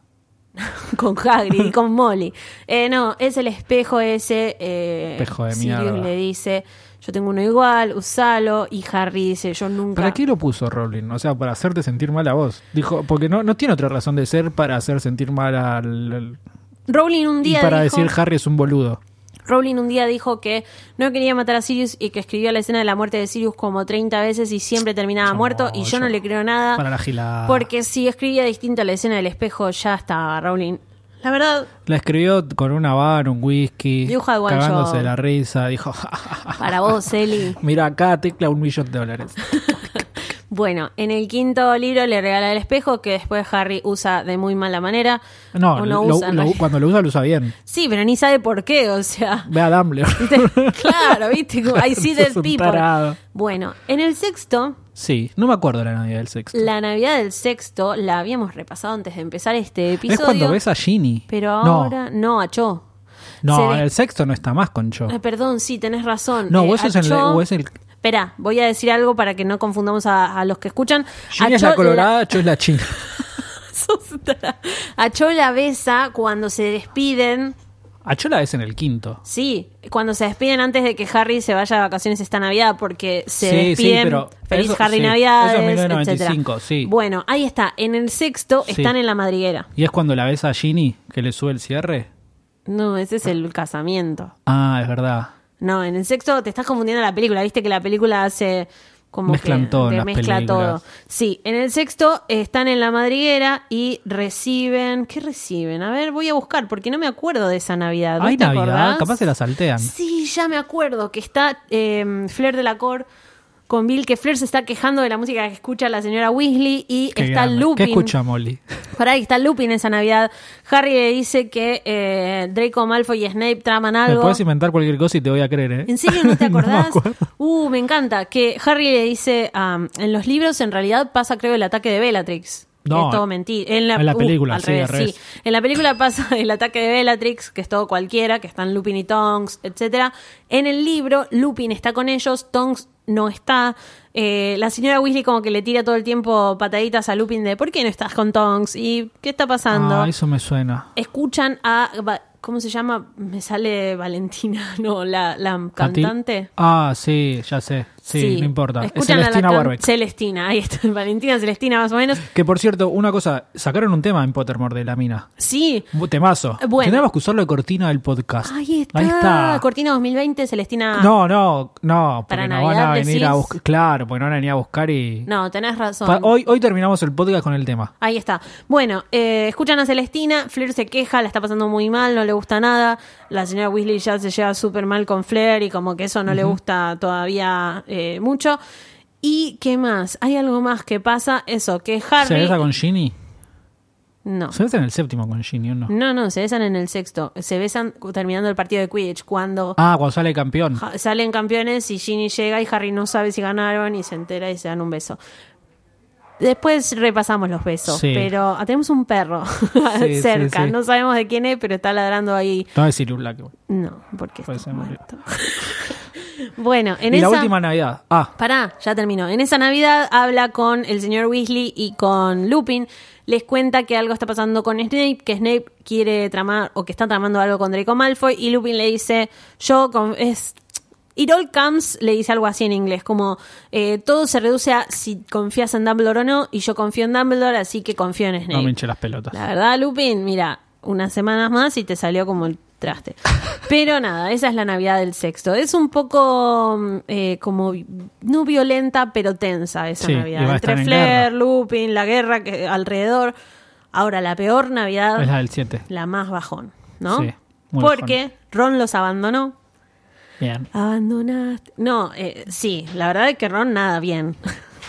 [SPEAKER 1] con Hagrid y con Molly. Eh, no, es el espejo ese. eh,
[SPEAKER 2] Espejo de
[SPEAKER 1] Sirius
[SPEAKER 2] mierda.
[SPEAKER 1] le dice, yo tengo uno igual, usalo. Y Harry dice, yo nunca...
[SPEAKER 2] ¿Para qué lo puso Rowling? O sea, para hacerte sentir mal a vos. Dijo, porque no, no tiene otra razón de ser para hacer sentir mal al. al-
[SPEAKER 1] Rowling un
[SPEAKER 2] y
[SPEAKER 1] día
[SPEAKER 2] para
[SPEAKER 1] dijo...
[SPEAKER 2] decir Harry es un boludo.
[SPEAKER 1] Rowling un día dijo que no quería matar a Sirius y que escribió la escena de la muerte de Sirius como 30 veces y siempre terminaba
[SPEAKER 2] Yo
[SPEAKER 1] muerto
[SPEAKER 2] no,
[SPEAKER 1] y yo,
[SPEAKER 2] yo
[SPEAKER 1] no le creo nada.
[SPEAKER 2] Para la gilada.
[SPEAKER 1] Ah, Porque si escribía distinta la escena del espejo ya estaba Rowling. La verdad,
[SPEAKER 2] La escribió con una bar, un whisky.
[SPEAKER 1] Dibuja igual
[SPEAKER 2] cagándose
[SPEAKER 1] yo.
[SPEAKER 2] de la risa. Dijo,
[SPEAKER 1] para vos, Eli.
[SPEAKER 2] mira acá, tecla un millón de dólares.
[SPEAKER 1] Bueno, en el quinto libro le regala el espejo que después Harry usa de muy mala manera.
[SPEAKER 2] No,
[SPEAKER 1] O no
[SPEAKER 2] lo-
[SPEAKER 1] usa, en
[SPEAKER 2] lo-
[SPEAKER 1] realidad.
[SPEAKER 2] cuando lo usa, lo usa bien.
[SPEAKER 1] Sí, pero ni sabe por qué, o sea.
[SPEAKER 2] Ve a Dumbledore.
[SPEAKER 1] ¿viste? claro, viste, como I see
[SPEAKER 2] Sos
[SPEAKER 1] dead
[SPEAKER 2] un
[SPEAKER 1] people.
[SPEAKER 2] tarado.
[SPEAKER 1] Bueno, en el sexto,
[SPEAKER 2] Sí, no me acuerdo la Navidad del sexto.
[SPEAKER 1] la Navidad del sexto la habíamos repasado antes de empezar este episodio.
[SPEAKER 2] Es cuando ves a Ginny.
[SPEAKER 1] Pero
[SPEAKER 2] No,
[SPEAKER 1] ahora, no, a Cho. se
[SPEAKER 2] No,
[SPEAKER 1] ve-
[SPEAKER 2] el sexto no está más con Cho.
[SPEAKER 1] Ah, perdón, sí, tenés razón.
[SPEAKER 2] No,
[SPEAKER 1] Eh,
[SPEAKER 2] vos sos
[SPEAKER 1] a
[SPEAKER 2] en la-
[SPEAKER 1] Cho-
[SPEAKER 2] o es el-
[SPEAKER 1] Esperá, voy a decir algo para que no confundamos a, a los que escuchan.
[SPEAKER 2] Ginny
[SPEAKER 1] A
[SPEAKER 2] es
[SPEAKER 1] Cho
[SPEAKER 2] la colorada, Cho es la china.
[SPEAKER 1] Sos un tarado. A Cho la besa cuando se despiden.
[SPEAKER 2] A Cho la ves en el quinto.
[SPEAKER 1] Sí, cuando se despiden antes de que Harry se vaya de vacaciones esta Navidad, porque se
[SPEAKER 2] Sí, sí,
[SPEAKER 1] despiden.
[SPEAKER 2] pero
[SPEAKER 1] Feliz
[SPEAKER 2] eso-
[SPEAKER 1] Harry
[SPEAKER 2] sí,
[SPEAKER 1] Navidades,
[SPEAKER 2] eso es 1995,
[SPEAKER 1] etcétera.
[SPEAKER 2] sí.
[SPEAKER 1] Bueno, ahí está. En el sexto
[SPEAKER 2] Sí.
[SPEAKER 1] están en la madriguera.
[SPEAKER 2] ¿Y es cuando la ves a Ginny que le sube el cierre?
[SPEAKER 1] No, ese es el casamiento.
[SPEAKER 2] Ah, es verdad.
[SPEAKER 1] No, en el sexto te estás confundiendo la película. Viste que la película hace como
[SPEAKER 2] Mezclan
[SPEAKER 1] que
[SPEAKER 2] todo en
[SPEAKER 1] te
[SPEAKER 2] las
[SPEAKER 1] mezcla
[SPEAKER 2] películas.
[SPEAKER 1] todo. Sí, en el sexto están en la madriguera y reciben. ¿Qué reciben? A ver, voy a buscar porque no me acuerdo de esa Navidad. ¿Vos
[SPEAKER 2] Hay
[SPEAKER 1] te
[SPEAKER 2] Navidad,
[SPEAKER 1] acordás?
[SPEAKER 2] capaz se la saltean.
[SPEAKER 1] Sí, ya me acuerdo que está eh, Fleur de la Cor con Bill, que Fleur se está quejando de la música que escucha la señora Weasley y
[SPEAKER 2] Qué
[SPEAKER 1] está
[SPEAKER 2] grande. ¿Qué
[SPEAKER 1] Lupin.
[SPEAKER 2] escucha Molly?
[SPEAKER 1] Por ahí está Lupin esa Navidad. Harry le dice que eh, Draco Malfoy y Snape traman
[SPEAKER 2] Me
[SPEAKER 1] algo.
[SPEAKER 2] puedes inventar cualquier cosa y te voy a creer, ¿eh?
[SPEAKER 1] ¿En serio no te
[SPEAKER 2] me
[SPEAKER 1] acordás?
[SPEAKER 2] acuerdo.
[SPEAKER 1] uh, me encanta. Que Harry le dice, am, en los libros en realidad pasa creo el ataque de Bellatrix.
[SPEAKER 2] No,
[SPEAKER 1] es todo mentira. En la,
[SPEAKER 2] en la
[SPEAKER 1] uh,
[SPEAKER 2] película,
[SPEAKER 1] al
[SPEAKER 2] sí, al
[SPEAKER 1] revés, sí. En la película pasa el ataque de Bellatrix, que es todo cualquiera, que están Lupin y Tonks, etcétera. En el libro, Lupin está con ellos, Tonks no está. Eh, la señora Weasley como que le tira todo el tiempo pataditas a Lupin de ¿por qué no estás con Tonks? ¿Y qué está pasando?
[SPEAKER 2] Ah, eso me suena.
[SPEAKER 1] Escuchan a... va- ¿Cómo se llama? Me sale Valentina, no, la, la
[SPEAKER 2] Cati-
[SPEAKER 1] cantante.
[SPEAKER 2] Ah, sí, ya sé. Sí, no importa. Es
[SPEAKER 1] Escuchan a la
[SPEAKER 2] Celestina
[SPEAKER 1] can-
[SPEAKER 2] Warbeck.
[SPEAKER 1] Celestina, ahí está. Valentina Celestina, más o menos.
[SPEAKER 2] Que por cierto, una cosa, sacaron un tema en Pottermore de la mina.
[SPEAKER 1] Sí.
[SPEAKER 2] Un Temazo.
[SPEAKER 1] Bueno.
[SPEAKER 2] Tenemos que usarlo de cortina del podcast.
[SPEAKER 1] Ahí está.
[SPEAKER 2] Ahí está.
[SPEAKER 1] Cortina 2020, Celestina.
[SPEAKER 2] No, no, no. Porque
[SPEAKER 1] Ah. Para
[SPEAKER 2] nos van a
[SPEAKER 1] Navidad,
[SPEAKER 2] venir a
[SPEAKER 1] decís.
[SPEAKER 2] buscar. Claro, porque nos van a venir a buscar y.
[SPEAKER 1] No, tenés razón.
[SPEAKER 2] Pa- Hoy, hoy terminamos el podcast con el tema.
[SPEAKER 1] Ahí está. Bueno, eh, escuchan a Celestina, Flair se queja, la está pasando muy mal, no le gusta nada. La señora Weasley ya se lleva súper mal con Flair y como que eso no le gusta todavía eh, eh, mucho. ¿Y qué más? Hay algo más que pasa, eso, que Harry...
[SPEAKER 2] ¿Se besa con Ginny?
[SPEAKER 1] No.
[SPEAKER 2] ¿Se besa en el séptimo con Ginny o no?
[SPEAKER 1] No, no, se besan en el sexto. Se besan terminando el partido de Quidditch, cuando
[SPEAKER 2] Ah, cuando sale campeón.
[SPEAKER 1] ja- salen campeones y Ginny llega y Harry no sabe si ganaron y se entera y se dan un beso. Después repasamos los besos,
[SPEAKER 2] Sí.
[SPEAKER 1] pero ah, tenemos un perro
[SPEAKER 2] sí,
[SPEAKER 1] cerca,
[SPEAKER 2] sí.
[SPEAKER 1] no sabemos de quién es, pero está ladrando ahí.
[SPEAKER 2] No es Sirius Black. igual.
[SPEAKER 1] No, porque
[SPEAKER 2] Pues
[SPEAKER 1] está
[SPEAKER 2] se murió.
[SPEAKER 1] muerto. bueno, en
[SPEAKER 2] y
[SPEAKER 1] esa...
[SPEAKER 2] la última Navidad. Ah,
[SPEAKER 1] Pará, ya terminó. En esa Navidad habla con el señor Weasley y con Lupin. Les cuenta que algo está pasando con Snape, que Snape quiere tramar o que está tramando algo con Draco Malfoy y Lupin le dice, yo con, es It all comes le dice algo así en inglés, como eh, todo se reduce a si confías en Dumbledore o no y yo confío en Dumbledore, así que confío en Snape.
[SPEAKER 2] no me hinché las pelotas.
[SPEAKER 1] La verdad, Lupin, mira, unas semanas más y te salió como el traste. Pero nada, esa es la Navidad del sexto. Es un poco mm, eh, como, vi- no violenta, pero tensa esa
[SPEAKER 2] Sí, y
[SPEAKER 1] Navidad.
[SPEAKER 2] va a
[SPEAKER 1] Entre
[SPEAKER 2] estar en
[SPEAKER 1] Flair,
[SPEAKER 2] guerra.
[SPEAKER 1] Lupin, la guerra que, alrededor. Ahora, la peor Navidad,
[SPEAKER 2] Es la
[SPEAKER 1] la,
[SPEAKER 2] del 7.
[SPEAKER 1] más bajón, ¿no?
[SPEAKER 2] Sí, muy
[SPEAKER 1] Porque Ron los abandonó.
[SPEAKER 2] Bien.
[SPEAKER 1] Abandonaste. No, eh, sí, la verdad es que Ron nada bien.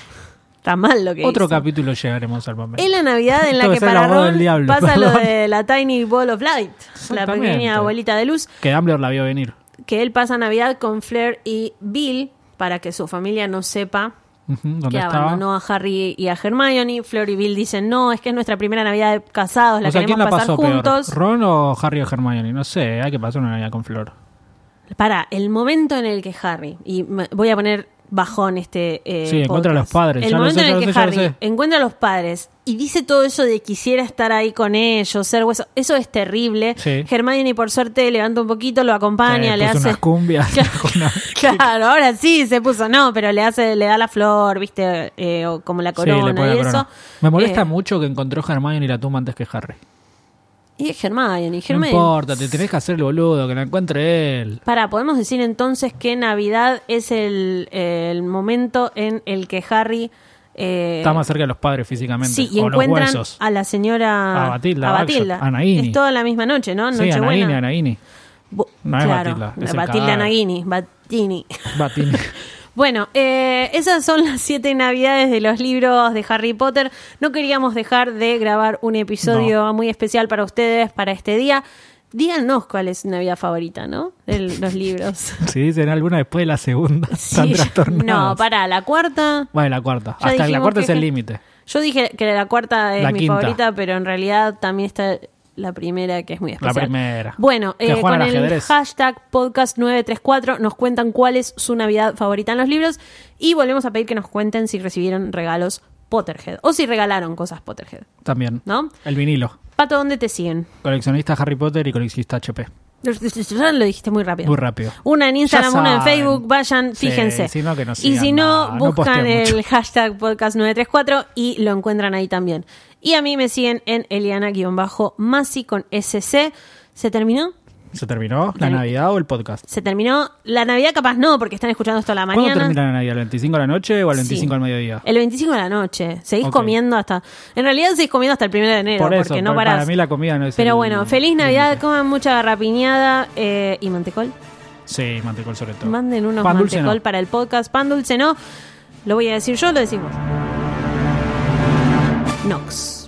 [SPEAKER 1] Está mal lo que
[SPEAKER 2] Otro
[SPEAKER 1] hizo.
[SPEAKER 2] capítulo llegaremos al momento.
[SPEAKER 1] Es la Navidad en la
[SPEAKER 2] Tengo
[SPEAKER 1] que
[SPEAKER 2] que ser
[SPEAKER 1] para
[SPEAKER 2] la voz
[SPEAKER 1] Ron
[SPEAKER 2] del diablo,
[SPEAKER 1] pasa lo
[SPEAKER 2] perdón.
[SPEAKER 1] de la Tiny Ball of Light, la
[SPEAKER 2] Exactamente.
[SPEAKER 1] pequeña bolita de luz,
[SPEAKER 2] Que Dumbledore la vio venir.
[SPEAKER 1] que él pasa Navidad con Flair y Bill para que su familia no sepa
[SPEAKER 2] Ujú, ¿Dónde
[SPEAKER 1] que
[SPEAKER 2] estaba?
[SPEAKER 1] abandonó a Harry y a Hermione. Flair y Bill dicen, no, es que es nuestra primera Navidad de casados, la
[SPEAKER 2] o sea, ¿quién
[SPEAKER 1] queremos
[SPEAKER 2] la
[SPEAKER 1] pasar
[SPEAKER 2] pasó
[SPEAKER 1] juntos.
[SPEAKER 2] peor? ¿Ron o Harry o Hermione? No sé, hay que pasar una Navidad con Flor.
[SPEAKER 1] Para, el momento en el que Harry, y me- voy a poner bajón este... eh,
[SPEAKER 2] Sí, encuentra a los padres,
[SPEAKER 1] El
[SPEAKER 2] ya lo
[SPEAKER 1] momento en
[SPEAKER 2] sé, ya
[SPEAKER 1] el
[SPEAKER 2] lo
[SPEAKER 1] que
[SPEAKER 2] sé, ya lo
[SPEAKER 1] Harry
[SPEAKER 2] sé.
[SPEAKER 1] encuentra a los padres y dice todo eso de quisiera estar ahí con ellos, ser hueso, eso es terrible.
[SPEAKER 2] Sí.
[SPEAKER 1] Hermione, por suerte, levanta un poquito, lo acompaña,
[SPEAKER 2] Eh,
[SPEAKER 1] le
[SPEAKER 2] puso
[SPEAKER 1] hace...
[SPEAKER 2] unas cumbias. una-
[SPEAKER 1] Claro, ahora sí se puso, no, pero le hace, le da la flor, viste, eh, o como la
[SPEAKER 2] Sí, le
[SPEAKER 1] corona
[SPEAKER 2] pone la
[SPEAKER 1] y
[SPEAKER 2] corona.
[SPEAKER 1] eso.
[SPEAKER 2] Me molesta
[SPEAKER 1] Eh,
[SPEAKER 2] mucho que encontró Hermione y la tumba antes que Harry.
[SPEAKER 1] Y es Hermione, y
[SPEAKER 2] No
[SPEAKER 1] Hermione.
[SPEAKER 2] importa, te tenés que hacer el boludo, que la encuentre él.
[SPEAKER 1] Para, podemos decir entonces que Navidad es el, el momento en el que Harry. eh,
[SPEAKER 2] Está más cerca de los padres físicamente.
[SPEAKER 1] Sí, y
[SPEAKER 2] o los
[SPEAKER 1] encuentran
[SPEAKER 2] huesos.
[SPEAKER 1] a la señora.
[SPEAKER 2] A Batilda,
[SPEAKER 1] a
[SPEAKER 2] a
[SPEAKER 1] Batilda.
[SPEAKER 2] Bagshot, a Nagini.
[SPEAKER 1] Es toda la misma noche, ¿no?
[SPEAKER 2] sí,
[SPEAKER 1] Nochebuena.
[SPEAKER 2] Anaíni, Anaíni.
[SPEAKER 1] Bu-
[SPEAKER 2] No es
[SPEAKER 1] claro,
[SPEAKER 2] Batilda, es el
[SPEAKER 1] Batilda
[SPEAKER 2] cadáver.
[SPEAKER 1] Nagini, Batini.
[SPEAKER 2] Batini.
[SPEAKER 1] Bueno, eh, esas son las siete navidades de los libros de Harry Potter. No queríamos dejar de grabar un episodio muy especial para ustedes, para este día. Díganos cuál es su navidad favorita, ¿no? De los libros.
[SPEAKER 2] si dicen alguna después de la segunda,
[SPEAKER 1] Sí,
[SPEAKER 2] están trastornados.
[SPEAKER 1] No, para la cuarta.
[SPEAKER 2] Bueno, la cuarta.
[SPEAKER 1] Ya
[SPEAKER 2] Hasta la
[SPEAKER 1] dijimos
[SPEAKER 2] cuarta
[SPEAKER 1] que-
[SPEAKER 2] es el límite.
[SPEAKER 1] Yo dije que la cuarta es
[SPEAKER 2] La
[SPEAKER 1] mi
[SPEAKER 2] quinta.
[SPEAKER 1] favorita, pero en realidad también está la primera que es muy especial.
[SPEAKER 2] primera.
[SPEAKER 1] Bueno,
[SPEAKER 2] Que
[SPEAKER 1] eh,
[SPEAKER 2] juegan
[SPEAKER 1] con
[SPEAKER 2] al
[SPEAKER 1] el
[SPEAKER 2] ajedrez.
[SPEAKER 1] hashtag podcast934 nos cuentan cuál es su Navidad favorita en los libros y volvemos a pedir que nos cuenten si recibieron regalos Potterhead o si regalaron cosas Potterhead,
[SPEAKER 2] También.
[SPEAKER 1] ¿no?
[SPEAKER 2] El vinilo.
[SPEAKER 1] Pato, ¿dónde te siguen?
[SPEAKER 2] Coleccionista Harry Potter y coleccionista HP.
[SPEAKER 1] Lo dijiste muy rápido.
[SPEAKER 2] Muy rápido.
[SPEAKER 1] Una en Instagram,
[SPEAKER 2] Ya
[SPEAKER 1] una en
[SPEAKER 2] saben.
[SPEAKER 1] Facebook, vayan,
[SPEAKER 2] Sí,
[SPEAKER 1] fíjense.
[SPEAKER 2] si no, que nos
[SPEAKER 1] y
[SPEAKER 2] sigan,
[SPEAKER 1] si no,
[SPEAKER 2] no, no
[SPEAKER 1] buscan
[SPEAKER 2] posteo mucho.
[SPEAKER 1] el hashtag podcast934 y lo encuentran ahí también. Y a mí me siguen en Eliana-Masi con SC. ¿Se terminó?
[SPEAKER 2] ¿Se terminó la
[SPEAKER 1] Dale.
[SPEAKER 2] Navidad o el podcast?
[SPEAKER 1] Se terminó. La Navidad capaz no, porque están escuchando esto a la
[SPEAKER 2] ¿Cuándo
[SPEAKER 1] mañana.
[SPEAKER 2] termina la Navidad? ¿El 25 de la noche o el 25
[SPEAKER 1] Sí.
[SPEAKER 2] al mediodía?
[SPEAKER 1] El 25 de la noche. Seguís
[SPEAKER 2] Ok.
[SPEAKER 1] comiendo hasta... En realidad seguís comiendo hasta el 1 de enero,
[SPEAKER 2] Por eso,
[SPEAKER 1] porque no
[SPEAKER 2] pa-
[SPEAKER 1] parás.
[SPEAKER 2] para mí la comida no es
[SPEAKER 1] Pero
[SPEAKER 2] el-
[SPEAKER 1] bueno, feliz
[SPEAKER 2] el
[SPEAKER 1] Navidad,
[SPEAKER 2] límite.
[SPEAKER 1] coman mucha garrapiñada eh, y mantecol.
[SPEAKER 2] Sí, mantecol sobre todo.
[SPEAKER 1] Manden unos
[SPEAKER 2] Pan dulce
[SPEAKER 1] mantecol
[SPEAKER 2] no.
[SPEAKER 1] para el podcast. Pan dulce no. Lo voy a decir yo, lo decimos. Nox.